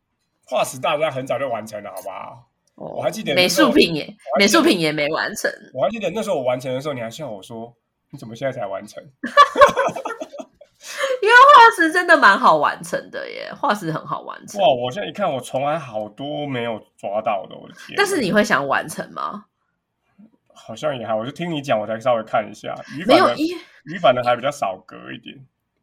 A: 化石大家很早就完成了，好不好？
B: 哦
A: 我还记得
B: 美
A: 那时候
B: 术品也
A: 我还
B: 美
A: 记得
B: 术品也没完成，
A: 我还记得那时候我完成的时候，你还笑我说：“你怎么现在才完成
B: 化石真的蛮好完成的耶，化石很好完？”成
A: 哇！。我现在一看，我从来好多没有抓到的，我的天！
B: 但是你会想完成吗？
A: 好像也还好，我就听你讲，我才稍微看一下鱼
B: 没
A: 反
B: 有，
A: 的
B: 因
A: 鱼反的还比较少隔一点。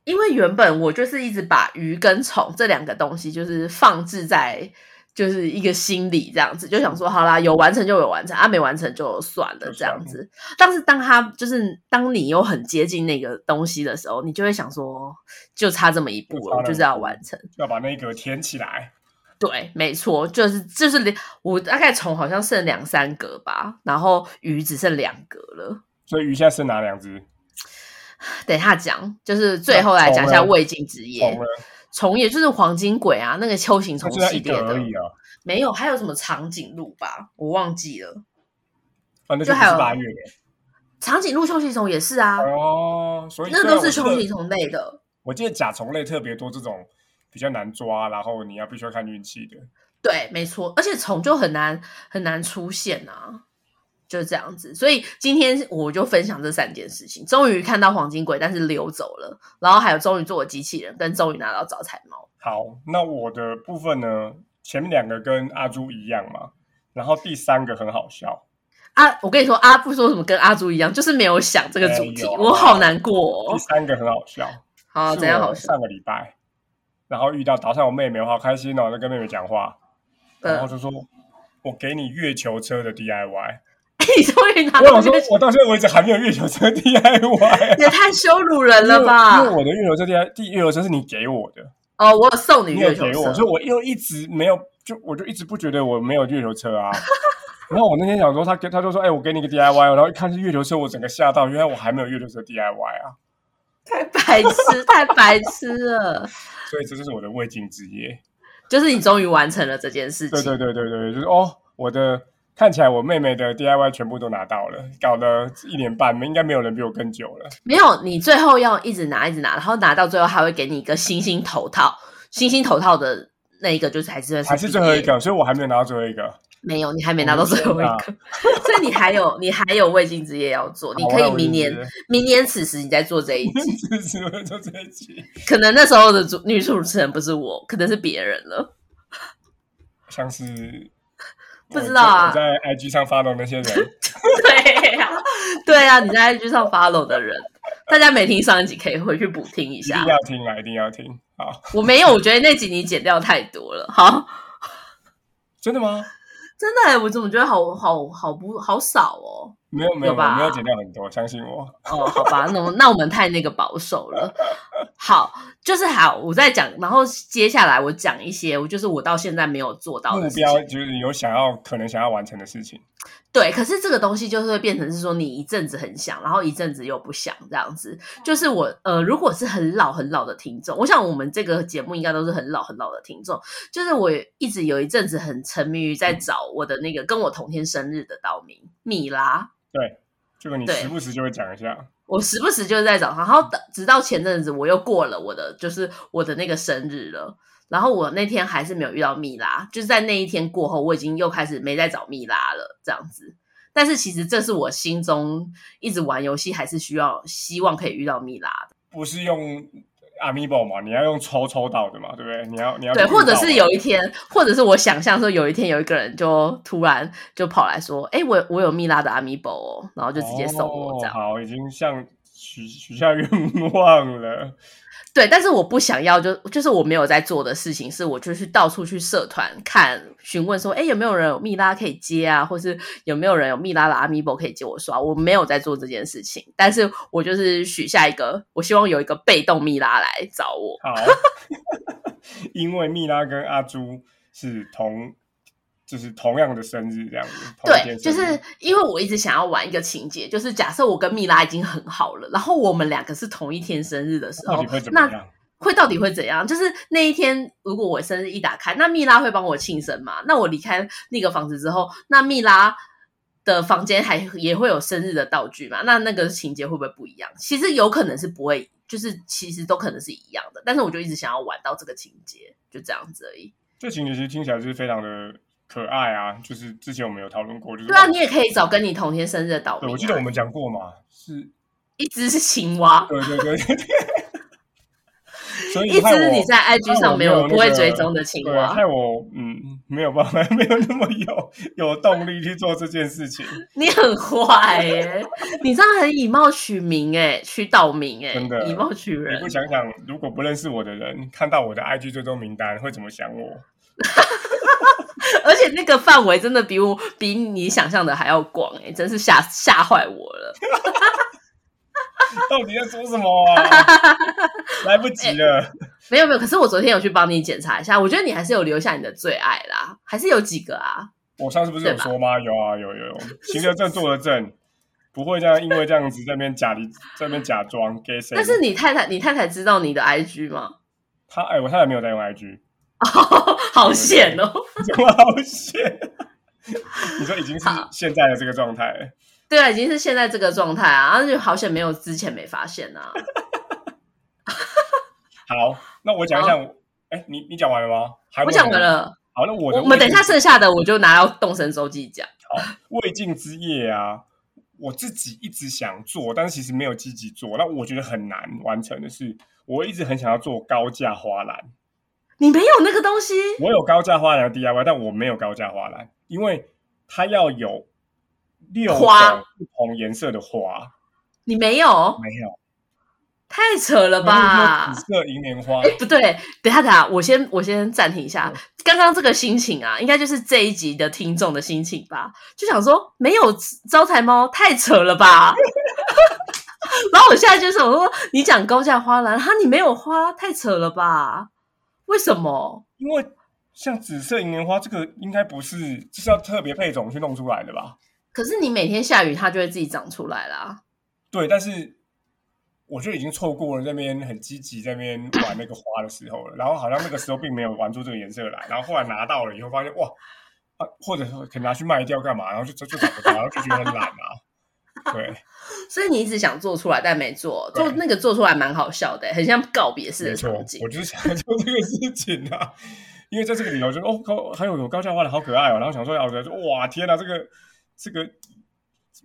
B: 因为原本我就是一直把鱼跟虫这两个东西就是放置在就是一个心理这样子，就想说好啦，有完成就有完成，啊没完成就算了
A: 就
B: 这
A: 算
B: 样
A: 了
B: 子。但是当他就是当你又很接近那个东西的时候，你就会想说，就差这么一步
A: 就差
B: 了，我就是
A: 那么
B: 要
A: 一步
B: 完成。
A: 要把那一格填起来。
B: 对，没错，就是就是连我大概虫好像剩两三格吧，然后鱼只剩两格了。
A: 所以鱼现在剩哪两只？
B: 等一下讲，就是最后来讲一下
A: 那虫呢
B: 未尽之夜。
A: 红了，
B: 虫也就是黄金鬼啊，那个秋行
A: 它
B: 虫
A: 剩下
B: 系
A: 一
B: 列
A: 格
B: 的
A: 而，已啊。
B: 没有，还有什么长颈鹿吧，我忘记了。
A: 啊，那
B: 就
A: 就不
B: 还有
A: 是八月的
B: 长颈鹿秋行虫也是啊，
A: 哦，所以
B: 那
A: 对啊
B: 都是
A: 我记
B: 秋行
A: 得
B: 虫类的。
A: 我记得甲虫类特别多这种比较难抓，然后你要必须要看运气的。
B: 对，没错，而且虫就很难很难出现啊，就这样子。所以今天我就分享这三件事情，终于看到黄金鬼，但是溜走了，然后还有终于做了机器人，跟终于拿到招财猫。
A: 好，那我的部分呢，前面两个跟阿朱一样嘛，然后第三个很好笑。
B: 啊，我跟你说，阿布说什么跟阿朱一样，就是没有想这个主
A: 哎没
B: 题，
A: 有啊
B: 我好难过、
A: 第
B: 哦。
A: 三个很好笑，
B: 好，
A: 是
B: 怎样
A: 我
B: 好笑？
A: 上个礼拜，然后遇到岛上我妹妹，我好开心哦，在跟妹妹讲话，然后
B: 嗯，
A: 就说：“我给你月球车的 DIY。
B: [LAUGHS] 你终于”拿
A: 我
B: 到
A: 想
B: 这
A: 说
B: 个，，
A: 我到现在为止还没有月球车 DIY，
B: 也太羞辱人 [LAUGHS] 了
A: 因
B: 吧
A: 为？因为我的月球车 DIY，第月球车是你给我的，
B: 哦，我有送你
A: 你有
B: 月球
A: 给我，
B: 车
A: 所以，我又一直没有，就我就一直不觉得我没有月球车啊。然后我那天想说，他给他就说，哎、我给你个 DIY，哦然后一看是月球车，我整个吓到，原来我还没有月球车 DIY 啊，
B: 太 [LAUGHS]
A: [LAUGHS]
B: 白痴，太白痴了。
A: 所以这就是我的未竟之业。
B: 就是你终于完成了这件事情
A: 对，对对对对，就是哦，我的看起来我妹妹的 DIY 全部都拿到了，搞了一年半，应该没有人比我更久了。
B: 没有，你最后要一直拿，一直拿，然后拿到最后还会给你一个星星头套，星星头套的那一个就是还是算
A: 还是最后一
B: 毕业，
A: 个，所以我还没有拿到最后一个。
B: 没有，你还没拿到最后一
A: 我
B: 个
A: 的，
B: [LAUGHS] 所以你还有你还有未尽之夜要做，你
A: [LAUGHS] 好
B: 可以
A: 那我
B: 明
A: 就
B: 年
A: 是
B: 明年此时你再做这一
A: [LAUGHS]
B: 集，
A: 支持我做这一集，
B: 可能那时候的主女主持人不是我，可能是别人
A: [LAUGHS]
B: 了，
A: 像是
B: 不知道啊
A: 我在我在 IG 上发的那些人，啊
B: [LAUGHS] 啊对呀、对呀、你在 IG 上 follow 的人，大家没听上一集可以回去补听一
A: 一
B: 下
A: 定。要听啊，一定要听。好，
B: 我没有，我觉得那集你剪掉太多了。好，
A: 真的吗？
B: 真的欸耶，我怎么觉得好好好不好少哦？
A: 没有没有
B: 有吧
A: 没有剪掉很多，相信我。
B: 哦，好吧，那我那我们太那个保守了。好，就是好，我再讲，然后接下来我讲一些，我就是我到现在没有做到
A: 目
B: 的事情
A: 标就是有想要可能想要完成的事情，
B: 对，可是这个东西就是会变成是说，你一阵子很想，然后一阵子又不想这样子。就是我呃，如果是很老很老的听众，我想我们这个节目应该都是很老很老的听众。就是我一直有一阵子很沉迷于在找我的那个跟我同天生日的道明米拉，
A: 这个你
B: 对
A: 时不时就会讲一下。
B: 我时不时就是在找他，然后等直到前阵子我又过了我的就是我的那个生日了，然后我那天还是没有遇到蜜拉，就是在那一天过后，我已经又开始没再找蜜拉了这样子。但是其实这是我心中一直玩游戏还是需要希望可以遇到蜜拉的，
A: 不是用 Amiibo 嘛？你要用抽抽到的嘛，对不对？你要你要
B: 对，
A: 用
B: 或者
A: 到嘛啊
B: 是有一天，或者是我想象说有一天有一个人就突然就跑来说，哎，我我有蜜拉的 Amiibo，、哦、然后就直接送我
A: 哦
B: 这样。
A: 好，已经向许许下愿望了。
B: 对，但是我不想要就，就是我没有在做的事情，是我就去到处去社团看询问说，哎，有没有人有蜜拉可以接啊，或是有没有人有蜜拉的 Amiibo 可以借我刷？我没有在做这件事情，但是我就是许下一个，我希望有一个被动蜜拉来找我。
A: 好， [LAUGHS] 因为蜜拉跟阿朱是同，就是同样的生日这样子。同一
B: 对，
A: 天
B: 就
A: 生日
B: 是哦因为我一直想要玩一个情节，就是假设我跟蜜拉已经很好了，然后我们两个是同一天生日的时
A: 到
B: 候
A: 底会，怎么
B: 那
A: 样？
B: 会到底会怎样？就是那一天，如果我生日一打开，那蜜拉会帮我庆生嘛？那我离开那个房子之后，那蜜拉的房间还也会有生日的道具嘛？那那个情节会不会不一样？其实有可能是不会，就是其实都可能是一样的。但是我就一直想要玩到这个情节，就这样子而已。
A: 这情节其实听起来就是非常的可爱啊，就是之前我们有讨论过，就是
B: 对啊，你也可以找跟你同天生日的岛
A: 对
B: 民、啊
A: 我记得我们讲过嘛，是
B: 一只是青蛙，
A: 对对 [LAUGHS] 对对对。所以
B: 一只
A: 害
B: 是
A: 我
B: 你在啊
A: 害
B: IG
A: 我
B: 上
A: 没
B: 有
A: 那
B: 不会
A: 个
B: 追踪的青
A: 对
B: 蛙。
A: 害我嗯没有办法，没有那么有有动力去做这件事情，
B: 你很坏耶、你这样很以貌取名哎、取岛名哎、
A: 真的
B: 以貌取
A: 你
B: 人
A: 不。想想，如果不认识我的人看到我的 IG 追踪名单会怎么想我？
B: 而且那个范围真的比我比你想象的还要广哎、真是吓吓坏我了。
A: 到底在说什么
B: [LAUGHS]
A: 啊？来不及了，
B: 没有没有，可是我昨天有去帮你检查一下，我觉得你还是有留下你的最爱啦，还是有几个啊？
A: 我上次不是有说吗？有啊，有有有，行得正坐得正，不会这样，因为这样子在那边假里在那边假装给谁？
B: 但是你太太，你太太知道你的 IG 吗？
A: 他哎，我太太没有在用 IG，
B: 好险哦！
A: 怎么好险？ [LAUGHS] 你说已经是
B: 好
A: 现在的这个状态了，
B: 对啊，已经是现在这个状态啊，然后就好险没有之前没发现啊。
A: 好，那我讲一下我，哎，你你讲完了吗？还
B: 我
A: 没
B: 讲完。了，
A: 好，那我的
B: 我们等一下
A: 是
B: 剩下的我就拿到动身周记讲。
A: 未尽之夜啊，我自己一直想做，但是其实没有积极做。那我觉得很难完成的是，我一直很想要做高价花篮。
B: 你没有那个东西，
A: 我有高价花篮的 DIY，但我没有高价花篮，因为它要有六
B: 花
A: 种不同颜色的花，
B: 你没有，
A: 没有
B: 太扯了
A: 比如说 [LAUGHS]
B: 吧
A: 紫？色银莲花
B: 哎，，不对，等一下等一下，我先我先暂停一下。
A: 嗯
B: 刚刚这个心情啊，应该就是这一集的听众的心情吧？就想说没有招财猫太扯了吧？ [LAUGHS] 然后我现在就是我说你讲高价花篮，哈，你没有花太扯了吧？为什么？
A: 因为像紫色银莲花这个应该不是，这是要特别配种去弄出来的吧？
B: 可是你每天下雨，它就会自己长出来啦。
A: 对，但是我就已经错过了那边很积极在那边玩那个花的时候了。然后好像那个时候并没有玩出这个颜色来，然后后来拿到了以后发现哇，啊，或者说可以拿去卖掉干嘛？然后就就就找不到，然后就觉得很懒啊。对，
B: 所以你一直想做出来，但没做，
A: 对
B: 做那个做出来蛮好笑的、很像告别式
A: 没
B: 的
A: 错
B: 场景，
A: 我。就是想做这个事情啊。因为在这个里头，就哦高还有有高价花的好可爱哦，然后想说，啊我觉得哇天哪，这个这个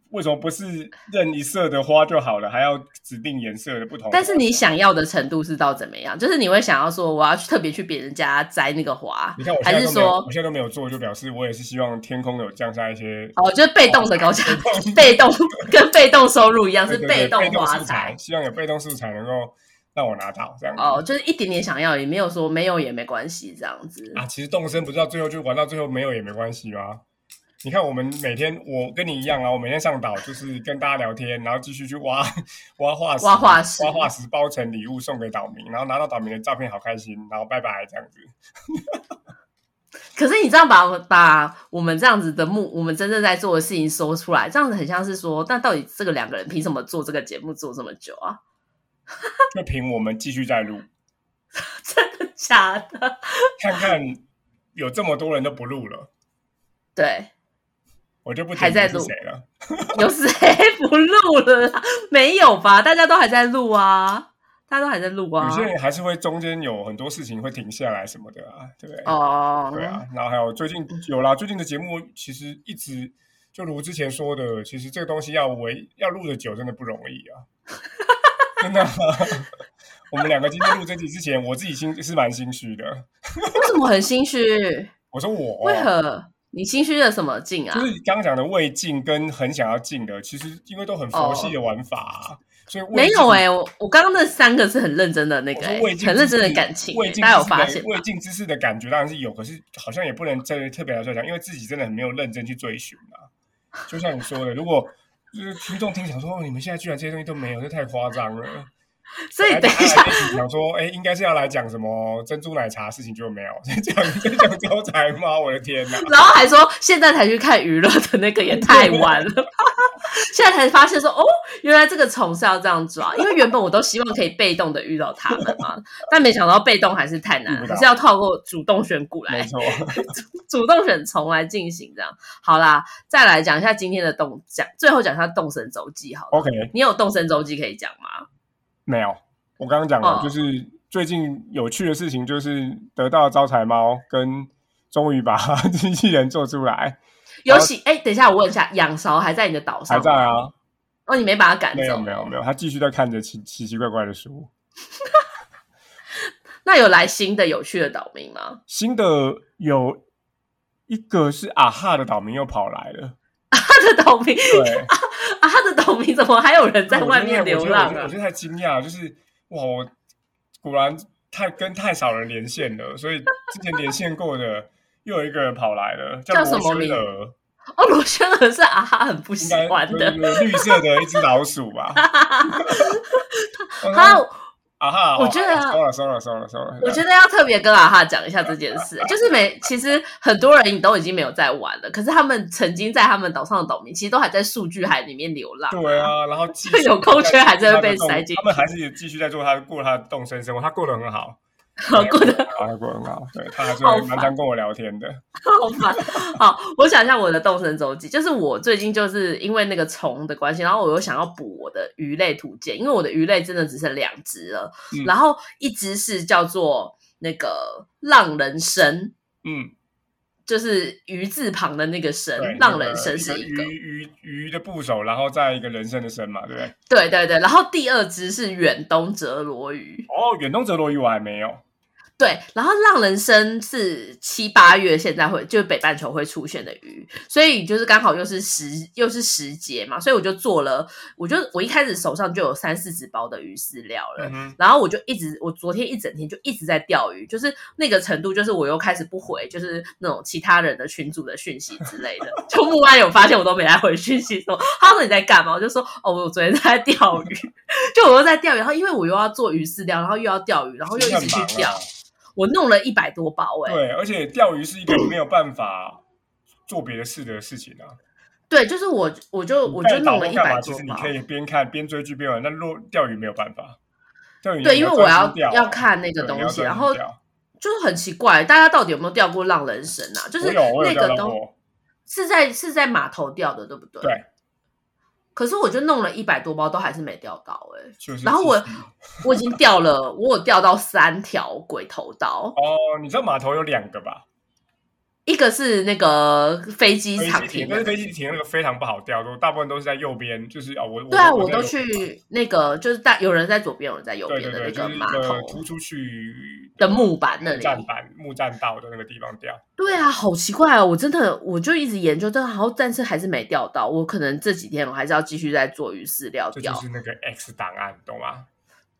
A: 为什么不是任一色的花就好了，还要指定颜色的不同？
B: 但是你想要的程度是到怎么样？就是你会想要说，我要去特别去别人家摘那个花
A: 你看我，现
B: 还
A: 在
B: 是
A: 都没有，
B: 说
A: 我现在都没有做，就表示我也是希望天空有降下一些
B: 哦，就是被动的高价，被动 [LAUGHS] 跟被动收入一样，是
A: 对对对
B: 被动
A: 被动
B: 花
A: 素
B: 财
A: 材，。希望有被动素材能够让我拿到这样子。
B: 哦，就是一点点想要，也没有说没有也没关系这样子。
A: 啊，其实动身不是到最后就玩到最后没有也没关系吗？你看我们每天，我跟你一样啊，我每天上岛就是跟大家聊天，然后继续去挖 [LAUGHS] 挖化石，
B: 挖化石
A: 挖化石包成礼物送给岛民，然后拿到岛民的照片好开心，然后拜拜这样子。
B: 可是你这样把把我们这样子的目，我们真正在做的事情说出来，这样子很像是说，但到底这个两个人凭什么做这个节目做这么久啊？ [LAUGHS]
A: 就凭我们继续再录，
B: 真的假的？
A: 看看有这么多人都不录了，
B: 对，
A: 我就不
B: 还
A: 点
B: 在
A: 名
B: 录
A: 是谁了。
B: [LAUGHS] 有谁不录了啦？没有吧？大家都还在录啊，大家都还在录啊
A: 有。些人还是会中间有很多事情会停下来什么的啊，对不对？
B: 哦，嗯
A: 对啊，然后还有最近有啦，最近的节目其实一直就如之前说的，其实这个东西要维要录的久真的不容易
B: [LAUGHS]
A: 啊，真的啊。 [LAUGHS] 我们两个今天录这集之前，我自己心是蛮心虚的。
B: 为什么很心虚？
A: 我说我哦
B: 为何啊你心虚了什么劲啊
A: 就？是刚刚讲的未尽跟很想要尽的，其实因为都很佛系的玩法啊、所以
B: 没有哎、
A: 哎、
B: 我我刚刚那三个是很认真的那
A: 我
B: 个、
A: 说
B: 欸
A: 未，尽
B: 很认真
A: 之
B: 的
A: 事
B: 感情欸、
A: 未尽
B: 大家有
A: 之事
B: 发
A: 的
B: 现吧
A: 未尽之事的感觉当然是有，可是好像也不能真的特别来说讲，因为自己真的没有认真去追寻啊。就像你说的，如果就是听众听想说，哦，你们现在居然这些东西都没有，这太夸张了。
B: 所以
A: 本来
B: 等一下，
A: 本来想说，哎，应该是要来讲什么珍珠奶茶事情，就没有讲在讲招财猫，我的天哪！
B: 然后还说现在才去看娱乐的那个也太晚了吧，现在才发现说哦，原来这个虫是要这样抓，因为原本我都希望可以被动的遇到他们嘛，但没想到被动还是太难
A: 遇
B: 了，
A: 不到
B: 还是要透过主动选股
A: 没
B: 来
A: 错，
B: 主动选虫来进行这样。好啦，再来讲一下今天的动讲，最后讲一下动神周记好了，
A: OK，
B: 你有动神周记可以讲吗？
A: 没有，我刚刚讲了，
B: 哦
A: 就是最近有趣的事情，就是得到招财猫跟终于把机器人做出来，
B: 有喜哎，等一下我问一下，仰韶还在你的岛上
A: 呃还
B: 吗？
A: 在啊，
B: 哦，你没把它赶走？
A: 没有没有没有，他继续在看着奇奇奇怪怪的书。
B: 那有来新的有趣的岛民吗？
A: 新的有一个是啊哈的岛民又跑来
B: [LAUGHS]
A: 了，
B: 他的岛民
A: 对，
B: 啊，他的岛民怎么还有人 [LAUGHS] 在外面流
A: 啊
B: 浪
A: 我觉得我觉得我
B: 啊
A: 觉？得太惊讶了，就是哇，我果然太跟太少人连线了，所以之前连线过的又有一个人跑来
B: [LAUGHS]
A: 了，
B: 叫什
A: 罗
B: 么
A: 轩
B: 名
A: 儿。
B: 哦，罗轩儿是啊哈很不
A: 应
B: 喜
A: 该
B: 欢的，
A: 就是绿色的一只老鼠
B: [LAUGHS]
A: 吧？ [LAUGHS]
B: 他
A: 啊哈！
B: 我觉得啊
A: 收了，收了，收了，收了。
B: 我觉得要特别跟啊哈讲一下这件
A: [LAUGHS]
B: 事，就是每其实很多人都已经没有在玩了，可是他们曾经在他们岛上的岛民，其实都还在数据海里面流
A: [LAUGHS]
B: 浪。
A: 对啊，然后继续
B: [LAUGHS] 有空缺还是会被塞进
A: 他
B: 去
A: 们还是继续在做他过他的动身生活，他过得很
B: [LAUGHS]
A: 好，
B: 哦过得
A: 很好，他过得很好。
B: [LAUGHS]
A: 对他还是
B: 好
A: 会
B: 烦
A: 蛮常跟我聊天的。
B: 好
A: [LAUGHS]
B: 烦。好，我想一下我的动身周记，就是我最近就是因为那个虫的关系，然后我又想要补我的鱼类图鉴，因为我的鱼类真的只剩两只了，
A: 嗯
B: 然后一只是叫做那个浪人参，
A: 嗯，
B: 就是鱼字旁的那个参
A: 对，，
B: 浪
A: 那
B: 人参是一个，
A: 鱼鱼鱼的部首，然后再一个人参的参嘛，对不对？
B: 对对对，然后第二只是远东折罗鱼，
A: 哦，远东折罗鱼我还没有。
B: 对，然后浪人参是七八月现在会就是北半球会出现的鱼，所以就是刚好又是时又是时节嘛，所以我就做了，我就我一开始手上就有三四十包的鱼饲料了，
A: 嗯哼，
B: 然后我就一直，我昨天一整天就一直在钓鱼，就是那个程度，就是我又开始不回，就是那种其他人的群组的讯息之类
A: [LAUGHS]
B: 的。就木安有发现我都没来回讯息说，他说你在干嘛？我就说哦，我昨天在钓鱼，就我又在钓鱼，然后因为我又要做鱼饲料，然后又要钓鱼，然后又一直去
A: 很
B: 钓
A: 忙啊，
B: 我弄了一百多包哎、
A: 对，而且钓鱼是一个没有办法做别的事的事情啊。
B: 对，就是我我就我就
A: 在岛
B: 弄了
A: 上
B: 一
A: 干
B: 百
A: 嘛其
B: 多
A: 实你
B: 包
A: 可。以边看边追剧边玩，那落钓鱼没有办法。钓鱼
B: 对，因为我要
A: 专心钓啊
B: 要看那
A: 对
B: 个
A: 你
B: 东
A: 要
B: 西，
A: 专
B: 然
A: 心
B: 后
A: 钓
B: 就是很奇怪，大家到底有没有钓过浪人参啊？就
A: 我
B: 是
A: 有我有
B: 那
A: 钓
B: 个
A: 到
B: 东
A: 过，
B: 是在是在码头钓的，对不对？
A: 对，
B: 可是我就弄了一百多包，都还是没钓到哎、
A: 就是
B: 然后我
A: 自己
C: 哦
B: 我已经钓了，我有钓到三条鬼头刀，
A: 哦，你知道码头有两个吧？
B: 一个是那个飞机
C: 飞
B: 场
C: 机
B: 停
C: 停，但
B: 的
C: 是，飞机停那个非常不好调度，大部分都是在右边，就是啊、我
B: 对啊，
C: 我
B: 我都
C: 在
B: 去那个就是大有人在左边，有人在右
C: 对
B: 边
C: 对
B: 的
C: 对，
B: 那
C: 就是一
B: 码
C: 个
B: 头
C: 突出去
B: 的木板那
C: 木
B: 里。
C: 栈板木栈道的那个地方掉。
B: 对啊，好奇怪哦！我真的我就一直研究，但好像但是还是没钓到。我可能这几天我还是要继续在做鱼饲料
C: 这就
B: 钓。
C: 是那个 X 档案，懂吗？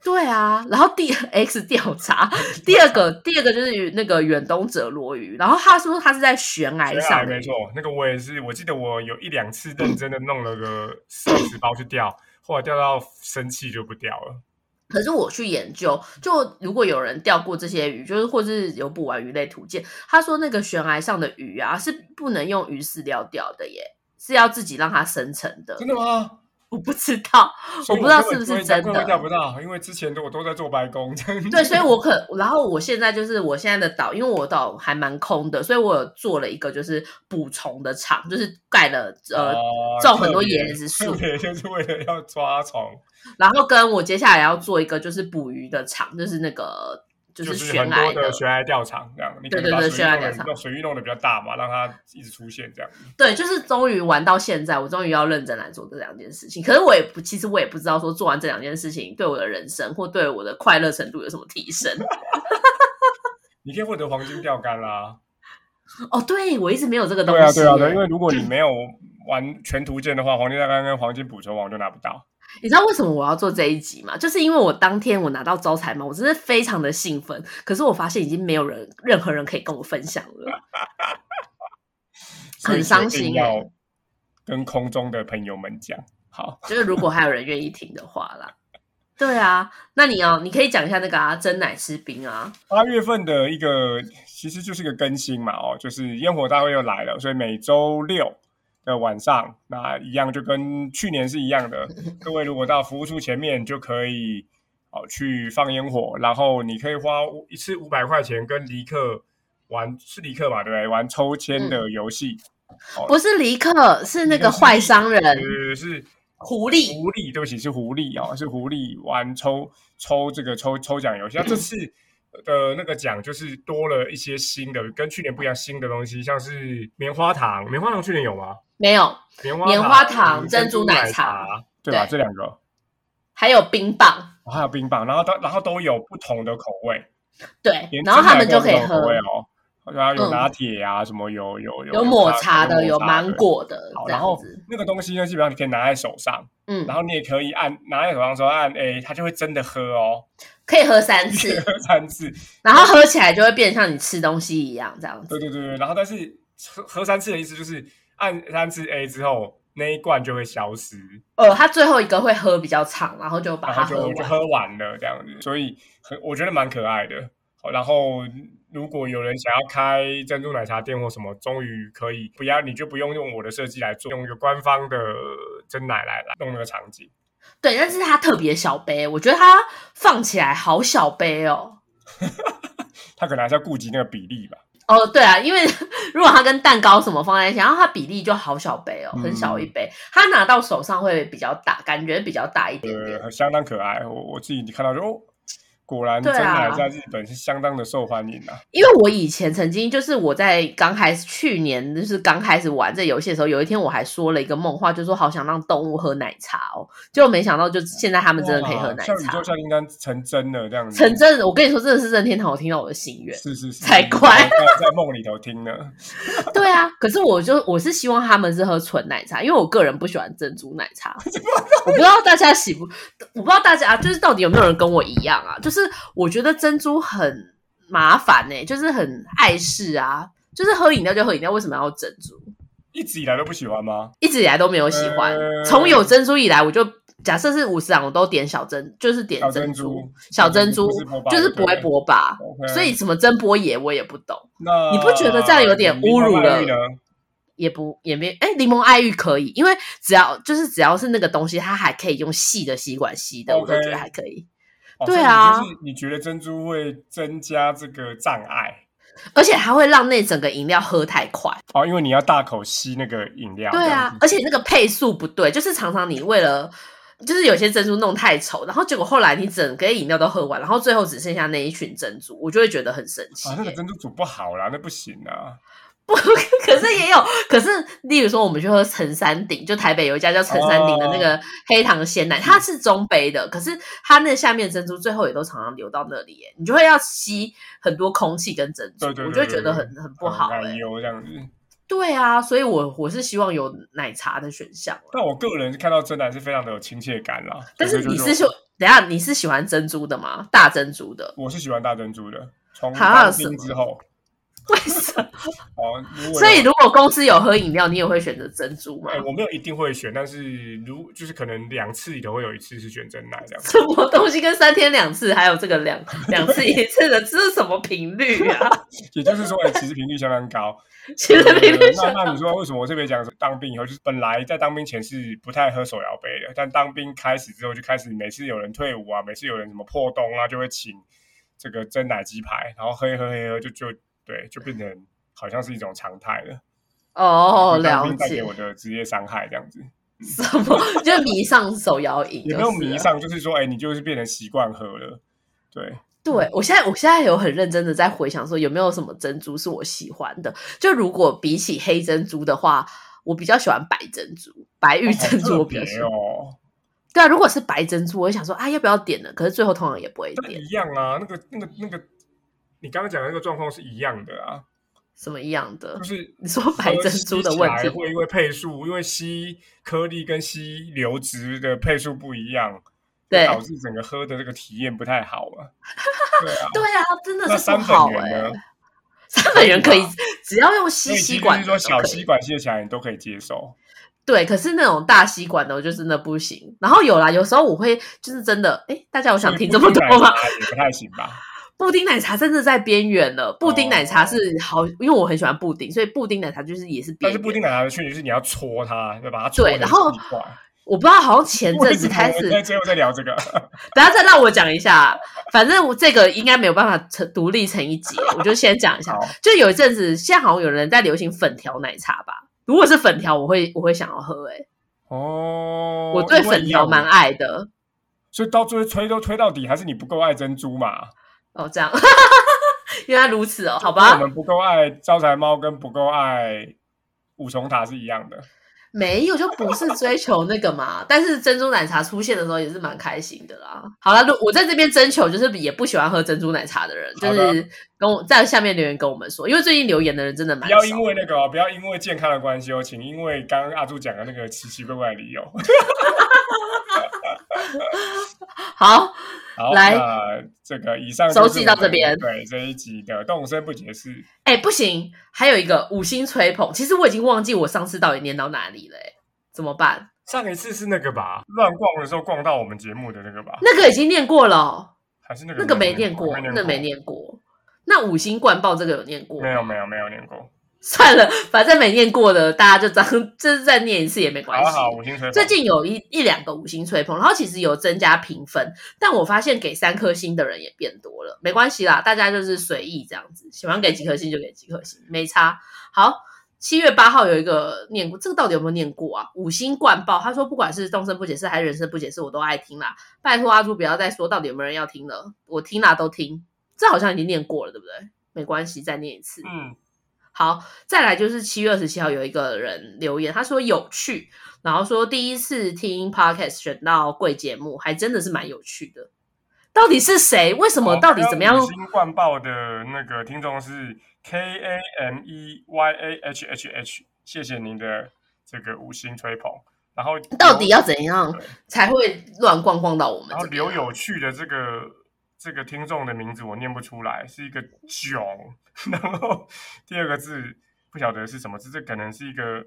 B: 对啊，然后第 X
C: [LAUGHS]
B: 调查，第二个第二个就是与那个远东者罗鱼，然后他说他是在悬崖
C: 对啊
B: 上的欸
C: 没错，那个我也是，我记得我有一两次认真的弄了个三十包去钓，后来钓到生气就不钓了。
B: 可是我去研究，就如果有人钓过这些鱼，就是或是有捕完鱼类图鉴，他说那个悬崖上的鱼啊是不能用鱼饲料钓的耶，是要自己让它生成的。
C: 真的吗？
B: 我不知道，
C: 所以
B: 我不知道
C: 根本
B: 是不是
C: 会钓
B: 真的
C: 根本钓不到，因为之前都我都在做白工，这样子
B: 对，所以我可，然后我现在就是我现在的岛，因为我岛还蛮空的，所以我有做了一个就是捕虫的场，就是盖了呃
C: 哦
B: 种很多
C: 特别
B: 椰子树
C: 特别就是为了要抓虫，
B: 然后跟我接下来要做一个就是捕鱼的场，就是那个就
C: 就是是
B: 悬
C: 很
B: 崖
C: 多
B: 的，
C: 的悬崖钓场这样，你可
B: 对
C: 能
B: 对
C: 把
B: 对
C: 水域
B: 悬崖
C: 弄得
B: 钓场
C: 弄水域弄得比较大嘛，让它一直出现这样。
B: 对，就是终于玩到现在，我终于要认真来做这两件事情。可是我也不，其实我也不知道说做完这两件事情对我的人生或对我的快乐程度有什么提升。 [LAUGHS]
C: 你可以获得黄金钓竿啦，
B: 哦，对我一直没有这 [LAUGHS] 个东
A: 对
B: 西
A: 啊，
B: 耶。
A: 对啊，对，因为如果
B: [CLEARS THROAT]
A: 你没有玩全图鉴的话，黄金钓竿跟黄金捕虫网就拿不到。
B: 你知道为什么我要做这一集吗？就是因为我当天我拿到招财猫，我真的非常的兴奋。可是我发现已经没有人，任何人可以跟我分享了。
C: 所以
B: 很伤心
C: 决定
B: 欸
C: 要跟空中的朋友们讲，好，
B: 就是如果还有人愿意听的话啦，对啊，那你要、你可以讲一下那个啊，真奶吃冰啊，
A: 八月份的一个其实就是个更新嘛，哦，就是烟火大会又来了，所以每周六的晚上，那一样就跟去年是一样的。各位如果到服务处前面就可以哦去放烟火，然后你可以花一次五百块钱跟离克玩，是离克嘛，对不对？玩抽签的游戏，
B: 不是尼克，是那个坏商人
A: 呃，是
B: 狐狸。
A: 狐狸，对不起，是狐狸哦，是狐狸玩抽抽这个抽抽奖游戏。那这次的那个奖就是多了一些新的，跟去年不一样新的东西，像是棉花糖，棉花糖去年有吗？
B: 没有，
C: 棉花
B: 棉花糖
C: 珍
B: 珍
C: 珠
B: 珠奶
C: 茶
B: 茶，
A: 对吧？
B: 对
A: 这两个
B: 还有冰棒，
A: 哦还有冰棒，然后都然后都有不同的口味，
B: 对
A: 连，
B: 然后
A: 真
B: 他
A: 奶
B: 们
A: 都有
B: 就可以
A: 不同口
B: 喝，
A: 味哦。然后有
B: 嗯
A: 拿铁啊，什么有有有
B: 有抹茶的，有
A: 抹茶
B: 芒。果的
A: 好，
B: 这
A: 然
B: 样
A: 后
B: 子，
A: 那个东西呢，基本上你可以拿在手上，
B: 嗯
A: 然，后你也可以按拿在手上的时候按 A，它就会真的喝哦，
B: 可以喝
A: [LAUGHS]
B: 三次，
A: 喝三次，
B: 然后喝起来就会变得像你吃东西一样这样子
A: 对。对对对，然后但是喝喝三次的意思就是按三次 A 之后，那一罐就会消失，
B: 呃，他最后一个会喝比较长，然后就把
A: 然
B: 它
A: 后
B: 喝
A: 就就
B: 完。
A: 喝完了这样子，所以很我觉得蛮可爱的。好，然后如果有人想要开珍珠奶茶店或什么，终于可以不要你就不用用我的设计来做，用一个官方的真奶来来弄那个场景。
B: 对，但是它特别小杯，我觉得它放起来好小杯哦。
A: 他可能还是要顾及那个比例吧，
B: 哦，对啊，因为 [LAUGHS] 如果它跟蛋糕什么放在一起，然后它比例就好小杯哦，
A: 嗯
B: 很小一杯，它拿到手上会比较大，感觉比较大一点点。
A: 呃，相当可爱。我我自己看到就哦，果然
B: 对
A: 真
B: 啊
A: 奶在日本是相当的受欢迎啊。
B: 因为我以前曾经就是我在刚开始去年就是刚开始玩这游戏的时候，有一天我还说了一个梦话，就说好想让动物喝奶茶哦，结果没想到就现在他们真的可以喝奶
A: 哇像宇
B: 茶
A: 宙，下订单成真了这样子，
B: 成真的。我跟你说，真的是任天堂，我听到我的心愿。
A: 是是是，
B: 才怪
A: 在在梦里头听呢。
B: 对啊，可是我就我是希望他们是喝纯奶茶，因为我个人不喜欢珍珠奶茶。 [LAUGHS] 我不知道大家喜不，我不知道大家啊就是到底有没有人跟我一样啊？就是我觉得珍珠很麻烦呢、就是很碍事啊。就是喝饮料就喝饮料，为什么要珍珠？
A: 一直以来都不喜欢吗？
B: 一直以来都没有喜欢
A: 呃，
B: 从、有珍珠以来，我就假设是五十郎，我都点小珍，就是点
A: 小
B: 珍
A: 珍珠
B: 小珍珠
A: 不是波霸
B: 就是不会嗯
A: 对
B: 波霸，
A: OK
B: [LAUGHS] 所以什么珍波爷我也不懂。
A: 那
B: 你不觉得这样有点侮辱了
A: 林黛玉呢？
B: 也不也没哎，柠檬爱玉可以，因为只要就是只要是那个东西，它还可以用细的吸管吸的，我都
A: OK
B: 觉得还可以。
A: 哦
B: 对啊
A: 所以你就是你觉得珍珠会增加这个障碍
B: 而且还会让那整个饮料喝太快。
A: 哦，因为你要大口吸那个饮料。
B: 对
A: 这
B: 啊
A: 样，子，
B: 而且那个配速不对，就是常常你为了。就是有些珍珠弄太稠，然后结果后来你整个饮料都喝完，然后最后只剩下那一群珍珠，我就会觉得很生气耶、
A: 啊，那个珍珠煮不好啦，那不行啊。
B: 不， [LAUGHS] 可是也有，可是例如说我们去喝陈山顶，就台北有一家叫陈山顶的那
A: 哦
B: 个黑糖鲜奶，它是中杯的，可是它那下面的珍珠最后也都常常流到那里耶，你就会要吸很多空气跟珍珠，
A: 对对对
B: 我就会觉得很很不好
A: 奶
B: 哎。
A: 油这样子。
B: 对啊，所以我我是希望有奶茶的选项啦。
A: 但我个人看到真奶是非常的有亲切感啦。
B: 但是
A: 对
B: 你
A: 就是
B: 喜等一下你是喜欢珍珠的吗？大珍珠的？
A: 我是喜欢大珍珠的，从
B: 哈
A: 当
B: 什么
A: 兵之后，
B: 为什
A: [LAUGHS]
B: 么？
A: 哦，如果
B: 所以如果公司有喝饮料，你也会选择珍珠吗
A: 哎、？我没有一定会选，但是如就是可能两次里头会有一次是选真奶这样。
B: 什么东西跟三天两次，还有这个两两次一次的，这是什么频
A: [LAUGHS]
B: 率啊？
A: 也就是说，哎、其实频率相当高。
B: 其实明
A: 呃
B: 明是
A: 那那你说为什么我特别讲当兵以后，就是本来在当兵前是不太喝手摇杯的，但当兵开始之后就开始每次有人退伍啊，每次有人什么破洞啊，就会请这个真奶鸡排，然后喝一喝喝一喝就就对，就变成好像是一种常态了。
B: 哦，
A: 就是当
B: 了
A: 兵带给
B: 解
A: 我的职业伤害这样子，
B: 什么就迷上手摇饮，
A: 也没有
B: 就是啊了
A: 迷。上，就是说，哎、你就是变成习惯喝了，对。
B: 对我现在，我现在有很认真的在回想说，有没有什么珍珠是我喜欢的？就如果比起黑珍珠的话，我比较喜欢白珍珠，白玉珍珠
A: 好
B: 我
A: 特
B: 比较喜
A: 别
B: 欢。
A: 哦，
B: 对啊，如果是白珍珠，我会想说啊，要不要点呢？可是最后通常也不会
A: 那
B: 点
A: 一，样啊，那个那个那个，你刚刚讲的那个状况是一样的啊，
B: 什么一样的
A: 就。是
B: 你说白珍珠的问
A: 喝吸起
B: 题
A: 来，会因为配数，因为吸颗粒跟吸流质的配数不一样，
B: 对
A: 导致整个喝的这个体验不太好
B: [LAUGHS]
A: 啊。对啊，
B: 对啊，真的
A: 那
B: 是不
A: 三
B: 好
A: 本
B: 哎、
A: 源呢？
B: 三本源可以
A: 可以吧，
B: 只要
A: 所
B: 用吸
A: 以
B: 吸
A: 其实
B: 管
A: 是说
B: 的
A: 小
B: 都可以
A: 吸管卸起来你都可以接受，
B: 对，可是那种大吸管的，我就真的不行。然后有啦，有时候我会就是真的，哎，大家有想听这么多
A: 所以布丁
B: 吗
A: 奶？茶也不太行吧？
B: 布丁奶茶真的在边缘了。布丁奶茶
A: 哦
B: 是好，因为我很喜欢布丁，所以布丁奶茶就是也是
A: 但
B: 边
A: 是布
B: 缘。
A: 丁奶茶的缺点是你要搓它，对吧？它搓
B: 对
A: 得
B: 然后
A: 很奇怪
B: 我不知道，好像前阵子开
A: 为什
B: 始
A: 么我，们在最后再聊
B: [LAUGHS]
A: 这个，
B: 等一下再让我讲一下。反正我这个应该没有办法成独立成一集，我就先讲一
A: [LAUGHS]
B: 下
A: 好。
B: 就有一阵子，现在好像有人在流行粉条奶茶吧？如果是粉条，我会我会想要喝、欸。
A: 哦，
B: 我对
A: 因为
B: 粉
A: 一
B: 条
A: 样
B: 蛮爱的。
A: 所以到最后推都推到底，还是你不够爱珍珠嘛？
B: 哦，这样， [LAUGHS] 原来如此哦，好
A: 因为我
B: 吧，
A: 们不够爱招财猫，跟不够爱五重塔是一样的。
B: 没有就不是追求那个嘛。但是珍珠奶茶出现的时候也是蛮开心的啦。好了，如我在这边征求，就是也不喜欢喝珍珠奶茶的人，就
A: 好的
B: 是跟我在下面留言跟我们说，因为最近留言的人真的蛮
A: 不
B: 少
A: 要。因为那个、哦，不要因为健康的关系哦，请因为刚刚阿柱讲的那个奇奇怪怪的理由。 [LAUGHS]
B: 好，
A: 好，
B: 来
A: 那这个以上就是
B: 收集到
A: 我们
B: 这边
A: 对这一集的动身不解释，
B: 哎，不行，还有一个五星吹捧，其实我已经忘记我上次到底念到哪里了、哎，怎么办？
A: 上一次是那个吧，乱逛的时候逛到我们节目的那个吧，
B: 那个已经念过了哦、
A: 还是那个
B: 那个没
A: 没
B: 念过，
A: 嗯没
B: 那没念过。那五星灌爆这个有念过吗
A: 没有没有没有念过。
B: [LAUGHS] 算了，反正没念过的，大家就当就是再念一次也没关
A: 好
B: 系。
A: 好，五星吹捧
B: 最近有一一两个五星吹捧，然后其实有增加评分，但我发现给三颗星的人也变多了，没关系啦，大家就是随意这样子，喜欢给几颗星就给几颗星，没差。好，七月八号有一个念过，这个到底有没有念过啊？五星灌爆，他说不管是动身不解释还是人生不解释，我都爱听啦。拜托阿朱不要再说到底有没有人要听了，我听啦都听，这好像已经念过了，对不对？没关系，再念一次。
A: 嗯，
B: 好，再来就是七月二十七号有一个人留言，他说有趣，然后说第一次听 podcast 选到贵节目，还真的是蛮有趣的。到底是谁？为
A: 哦
B: 什么？到底怎么样？
A: 五星灌爆的那个听众是 K A M E Y A H H H，谢谢您的这个五星吹捧。然后
B: 到底要怎样
A: 对
B: 才会乱逛逛到我们
A: 然后
B: 这边啊？
A: 留有趣的这个这个听众的名字我念不出来，是一个囧， [LAUGHS] 然后第二个字不晓得是什么字，这可能是一个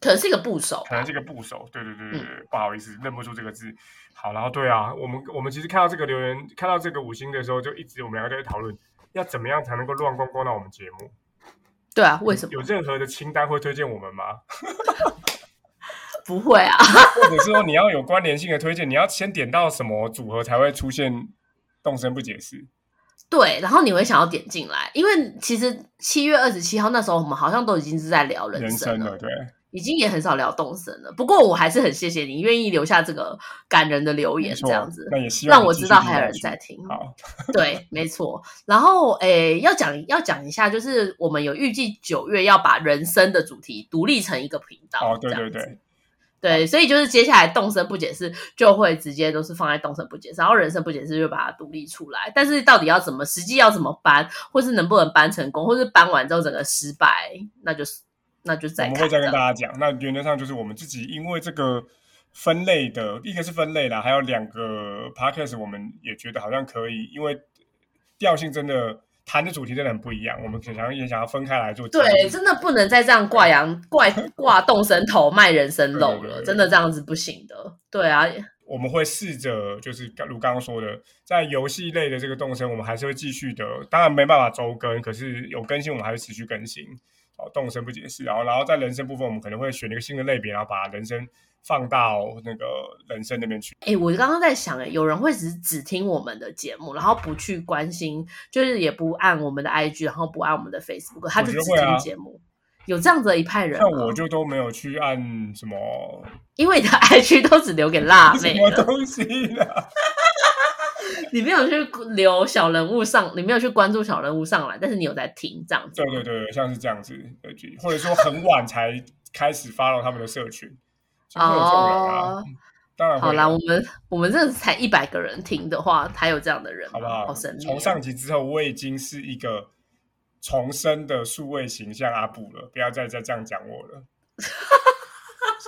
B: 可能是一个部首
A: 可能
B: 吧
A: 是一个部首，对对对
B: 嗯
A: 对对，不好意思认不出这个字。好，然后对啊，我们我们其实看到这个留言，看到这个五星的时候，就一直我们两个就在讨论，要怎么样才能够乱逛逛到我们节目？
B: 对啊，为什么
A: 有任何的清单会推荐我们吗？ [LAUGHS]
B: 不会啊？ [LAUGHS]
A: 或者是说你要有关联性的推荐，你要先点到什么组合才会出现动身不解释？
B: 对，然后你会想要点进来，因为其实七月二十七号那时候我们好像都已经是在聊人
A: 人
B: 生啊
A: 生
B: 了，
A: 的对，
B: 已经也很少聊动森了。不过我还是很谢谢你愿意留下这个感人的留言，
C: 没错
B: 这样子
C: 那也希望
B: 让我
C: 你继
B: 知
C: 续
B: 道
C: 听
B: 还有
C: 下
B: 人
C: 去
B: 在听。
C: 好，
B: 对，没错。然后诶，要讲要讲一下，就是我们有预计九月要把人生的主题独立成一个频道。
C: 哦，对
B: 这
C: 对
B: 样子
C: 对，
B: 对，所以就是接下来动身不解释就会直接都是放在动身不解释，然后人生不解释就把它独立出来。但是到底要怎么实际要怎么搬，或是能不能搬成功，或是搬完之后整个失败，那就是那就
C: 我
B: 再
C: 们
B: 看
C: 会再
B: 这
C: 跟大
B: 样。
C: 家讲。那原则上就是我们自己，因为这个分类的，一个是分类啦，还有两个 podcast，我们也觉得好像可以，因为调性真的谈的主题真的很不一样，我们想要也想要分开来做。
B: 对，真的不能再这样
C: [LAUGHS]
B: 挂羊挂挂动身头卖人参肉
C: 对对对
B: 了，
C: 对
B: 真的这样子不行的。对啊，
C: 我们会试着，就是如刚刚说的，在游戏类的这个动身，我们还是会继续的。当然没办法周更，可是有更新，我们还会持续更新。哦，动身不解释，然后然后在人生部分，我们可能会选一个新的类别，然后把人生放到那个人生那边去。
B: 哎，我刚刚在想，哎，有人会只只听我们的节目，然后不去关心，就是也不按我们的 IG，然后不按我们的 Facebook，他就
C: 觉
B: 只
C: 得会啊
B: 听节目。有这样子的一派人吗，
C: 像我就都没有去按什么
B: 因为你的 IG 都只留给辣
C: [LAUGHS] 什
B: 妹
C: 么
B: 了，
C: 东西啦，
B: 你没有去留小人物上，你没有去关注小人物上来，但是你有在听这样子
C: 对。对对，像是这样子，对就或者说很晚才开始 follow 他们的社群，就会有这种人啊
B: 哦。
C: 当然会有
B: 好啦，我们我们这才一百个人听的话，才有这样的人
C: 好
B: 吗，
C: 不好？
B: 神秘哦、
C: 从上集之后，我已经是一个重生的数位形象阿布了，不要再再这样讲我
B: [LAUGHS]
C: 了。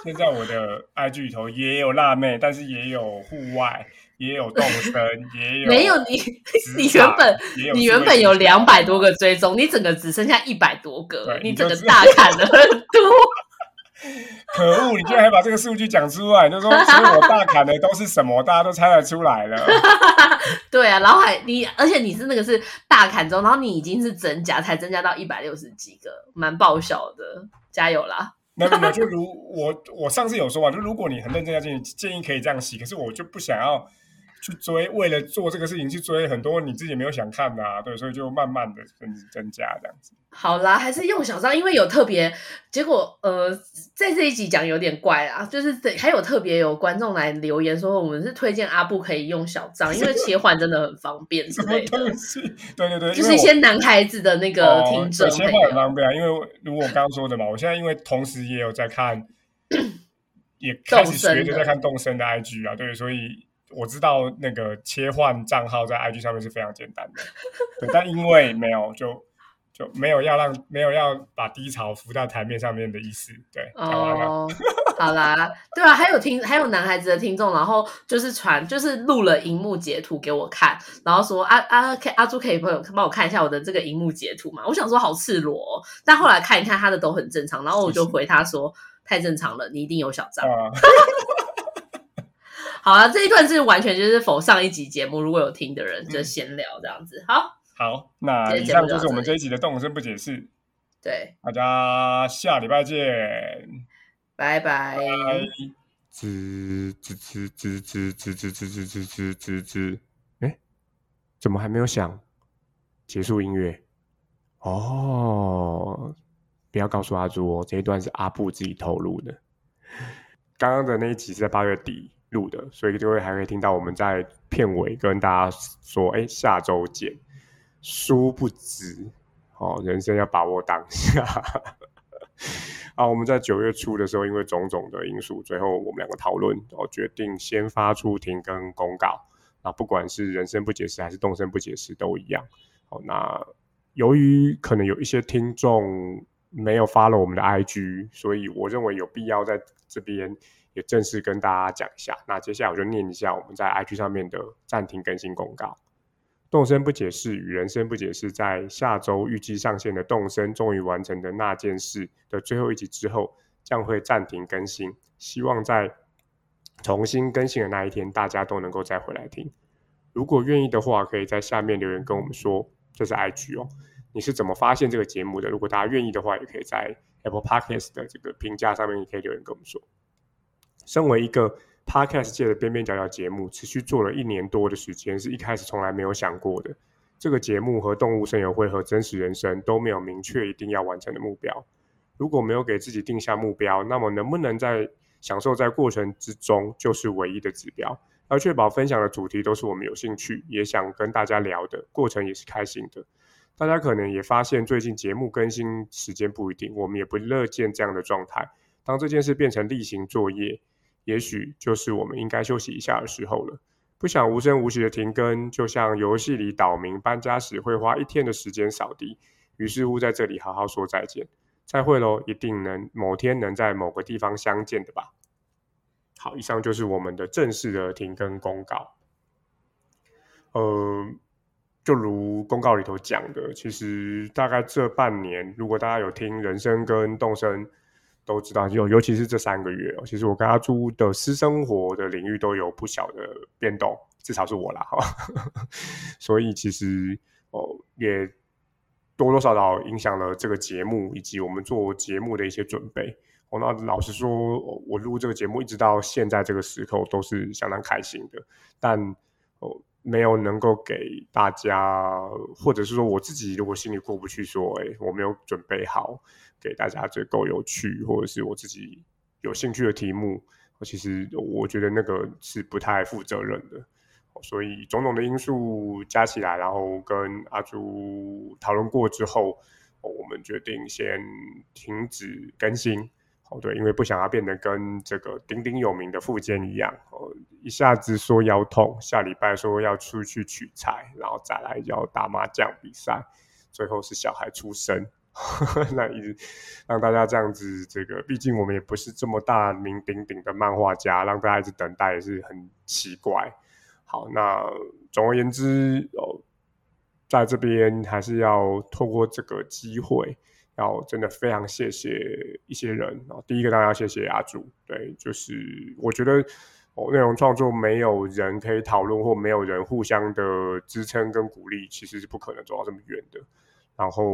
C: 现在我的 IG 里头也有辣妹，但是也有户外，也有动身，也有
B: 没有你
C: 职，
B: 你
C: 场
B: 原本
C: 也有数
B: 你
C: 位
B: 原本有
C: 形象
B: 两百多个追踪，你整个只剩下一百多个
C: 对，
B: 你
C: 你
B: 整
C: 就
B: 个
C: 知道
B: 大砍了很多。 [LAUGHS]
C: 可恶，你居然还把这个数据讲出来！你就说，所以我大砍的都是什么，大家都猜得出来了。 [LAUGHS]
B: 对啊，然后还你，而且你是那个是大砍中，然后你已经是增加，才增加到一百六十几个，蛮爆笑的，加油啦！
C: 没有没有，就如我我上次有说嘛，就如果你很认真要建议，建议可以这样洗，可是我就不想要去追，为了做这个事情去追很多你自己没有想看的、啊，对，所以就慢慢的增增加这样子。
B: 好啦，还是用小张，因为有特别结果，呃，在这一集讲有点怪啊，就是这还有特别有观众来留言说，我们是推荐阿布可以用小张，因为切换真的很方便之
C: 什么
B: 类的
C: 东，西？ [LAUGHS] 对对对，
B: 就
C: 因
B: 是
C: 为
B: 一
C: 我
B: 些男孩子的那个听众
C: 哦、对
B: 朋
C: 切换很
B: 友。
C: 方便啊，因为如我刚刚说的嘛，我现在因为同时也有在看，也开始学着在看动森的 IG 啊，对，所以我知道那个切换账号在 IG 上面是非常简单的，对，但因为没有就。就没有要让没有要把低潮浮到台面上面的意思，对，台湾啊，
B: 哦，好啦，对啊，还有听还有男孩子的听众，然后就是传就是录了荧幕截图给我看，然后说啊啊，可以阿朱可以帮我帮我看一下我的这个荧幕截图嘛？我想说好赤裸、哦，但后来看一看他的都很正常，然后我就回他说太正常了，你一定有小张。
A: 嗯
C: 啊，
B: 好啊，这一段是完全就是否上一集节目，如果有听的人就闲聊这样子。好，
C: 好，那
B: 今天
C: 以
B: 节目
C: 上就是
B: 到
C: 我们这
B: 这里
C: 一集的动森不解释，
B: 对，
C: 大家下礼拜见，
B: 拜拜。
C: 拜。
A: 吱吱吱吱吱吱吱吱吱吱吱吱吱，哎，怎么还没有响？结束音乐。哦，不要告诉阿朱哦，这一段是阿布自己透露的。刚刚的那一集是在八月底录的，所以就会还会听到我们在片尾跟大家说，哎，下周见。殊不知，哦，人生要把握当下。 [LAUGHS] 啊，我们在九月初的时候，因为种种的因素，最后我们两个讨论，哦，决定先发出停更公告。啊，不管是人生不解释还是动身不解释，都一样。好，那由于可能有一些听众没有发了我们的 IG，所以我认为有必要在这边也正式跟大家讲一下。那接下来我就念一下我们在 IG 上面的暂停更新公告。动身不解释与人生不解释，在下周预计上线的动身终于完成的那件事的最后一集之后，将会暂停更新。希望在重新更新的那一天，大家都能够再回来听。如果愿意的话，可以在下面留言跟我们说，这是 IG 哦，你是怎么发现这个节目的？如果大家愿意的话，也可以在 Apple Podcast 的这个评价上面，也可以留言跟我们说。身为一个 podcast 界的边边角角节目，持续做了一年多的时间，是一开始从来没有想过的。这个节目和动物声友会和真实人生都没有明确一定要完成的目标。如果没有给自己定下目标，那么能不能在享受在过程之中，就是唯一的指标。要确保分享的主题都是我们有兴趣，也想跟大家聊的，过程也是开心的。大家可能也发现，最近节目更新时间不一定，我们也不乐见这样的状态。当这件事变成例行作业，也许就是我们应该休息一下的时候了。不想无声无息的停更，就像游戏里岛民搬家时会花一天的时间扫地。于是乎，在这里好好说再见，再会喽！一定能某天能在某个地方相见的吧。好，以上就是我们的正式的停更公告。呃，就如公告里头讲的，其实大概这半年，如果大家有听人生跟动身，都知道，尤尤其是这三个月哦，其实我跟阿朱的私生活的领域都有不小的变动，至少是我啦哈。 [LAUGHS] 所以其实哦，也多多少少影响了这个节目以及我们做节目的一些准备。哦，那老实说，哦我录这个节目一直到现在这个时刻我都是相当开心的，但哦没有能够给大家，或者是说我自己，如果心里过不去说，哎，我没有准备好给大家最够有趣，或者是我自己有兴趣的题目，哦其实我觉得那个是不太负责任的。哦所以种种的因素加起来，然后跟阿朱讨论过之后，哦我们决定先停止更新。哦，对，因为不想要变得跟这个鼎鼎有名的富坚一样，哦，一下子说腰痛，下礼拜说要出去取材，然后再来要打麻将比赛，最后是小孩出生， [LAUGHS] 那一直让大家这样子，这个毕竟我们也不是这么大名鼎鼎的漫画家，让大家一直等待也是很奇怪。好，那总而言之，哦，在这边还是要透过这个机会，要真的非常谢谢一些人啊、哦。第一个当然要谢谢阿朱，对，就是我觉得哦，内容创作没有人可以讨论或没有人互相的支撑跟鼓励，其实是不可能走到这么远的。然后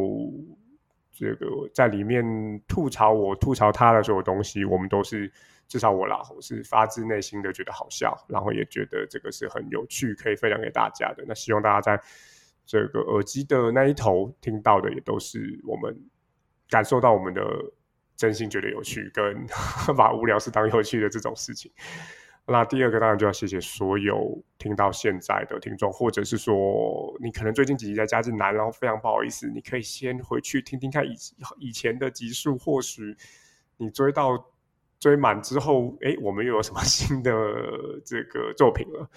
A: 这个在里面吐槽我、吐槽他的所有东西，我们都是至少我啦，我是发自内心的觉得好笑，然后也觉得这个是很有趣，可以分享给大家的。那希望大家在这个耳机的那一头听到的，也都是我们感受到我们的真心觉得有趣，跟 [LAUGHS] 把无聊事当有趣的这种事情。那第二个当然就要谢谢所有听到现在的听众，或者是说你可能最近几集在加进来，然后非常不好意思，你可以先回去听听看以以前的集数，或许你追到追满之后，诶，我们又有什么 [LAUGHS] 新的这个作品了？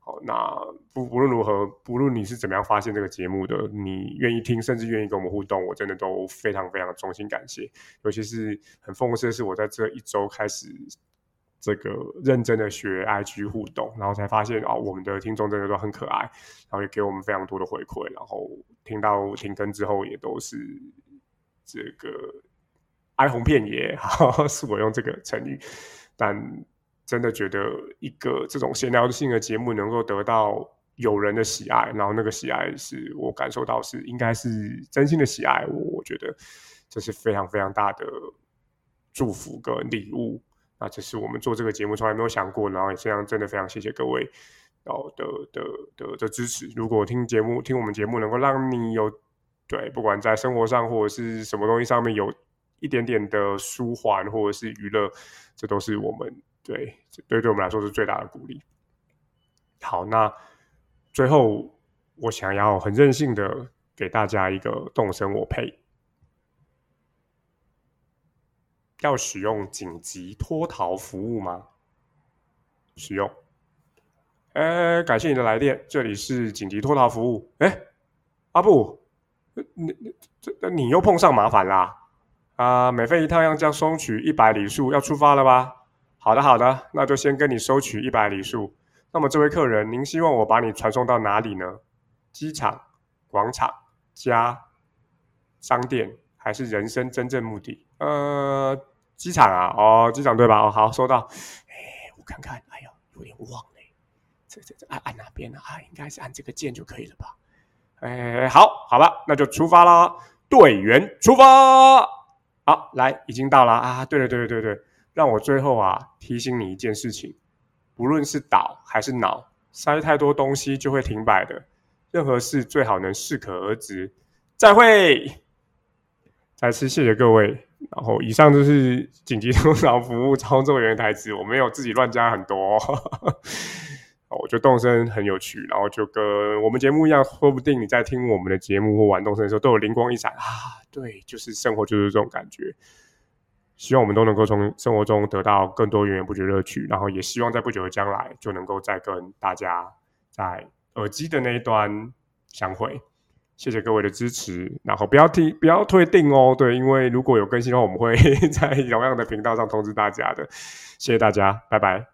A: 好，那不不论如何，不论你是怎么样发现这个节目的，你愿意听，甚至愿意跟我们互动，我真的都非常非常衷心感谢。尤其是很讽刺的是，我在这一周开始这个认真的学 IG 互动，然后才发现哦，我们的听众真的都很可爱，然后也给我们非常多的回馈，然后听到停更之后也都是这个哀鸿遍野，好， [LAUGHS] 是我用这个成语，但真的觉得一个这种闲聊性的节目能够得到有人的喜爱，然后那个喜爱是我感受到是应该是真心的喜爱，我我觉得这是非常非常大的祝福跟礼物。那这是我们做这个节目从来没有想过，然后也非常真的非常谢谢各位哦的的的的支持。如果听节目听我们节目能够让你有对，不管在生活上或者是什么东西上面有一点点的舒缓或者是娱乐，这都是我们对这对对我们来说是最大的鼓励。好，那最后我想要很任性的给大家一个动身我配。要使用紧急脱逃服务吗？使用。哎，感谢你的来电，这里是紧急脱逃服务。哎，阿布，呃你你这这你又碰上麻烦啦！啊，每份一趟要将收取一百里数，要出发了吧？好的好的，那就先跟你收取一百里数。那么这位客人，您希望我把你传送到哪里呢？机场、广场、家、商店，还是人生真正目的？呃，机场啊，哦，机场对吧？哦，好，收到。哎，我看看，哎呦，有点忘了，这这这按按哪边呢、啊？应该是按这个键就可以了吧？哎，好，好吧，那就出发啦！队员出发！好，来，已经到了啊！对了，对了，对对对，让我最后啊提醒你一件事情，不论是岛还是脑，塞太多东西就会停摆的。任何事最好能适可而止。再会，再次谢谢各位，然后以上就是紧急 [LAUGHS] 通常服务操作员的台词，我没有自己乱加很多、哦。 [LAUGHS] 哦，我觉得动身很有趣，然后就跟我们节目一样，说不定你在听我们的节目或玩动身的时候，都有灵光一闪啊！对，就是生活就是这种感觉。希望我们都能够从生活中得到更多源源不绝乐趣，然后也希望在不久的将来就能够再跟大家在耳机的那一端相会。谢谢各位的支持，然后不要听，不要退订哦。对，因 [LAUGHS] 为如果有更新的话，我们会在同样的频道上通知大家的。谢谢大家，拜拜。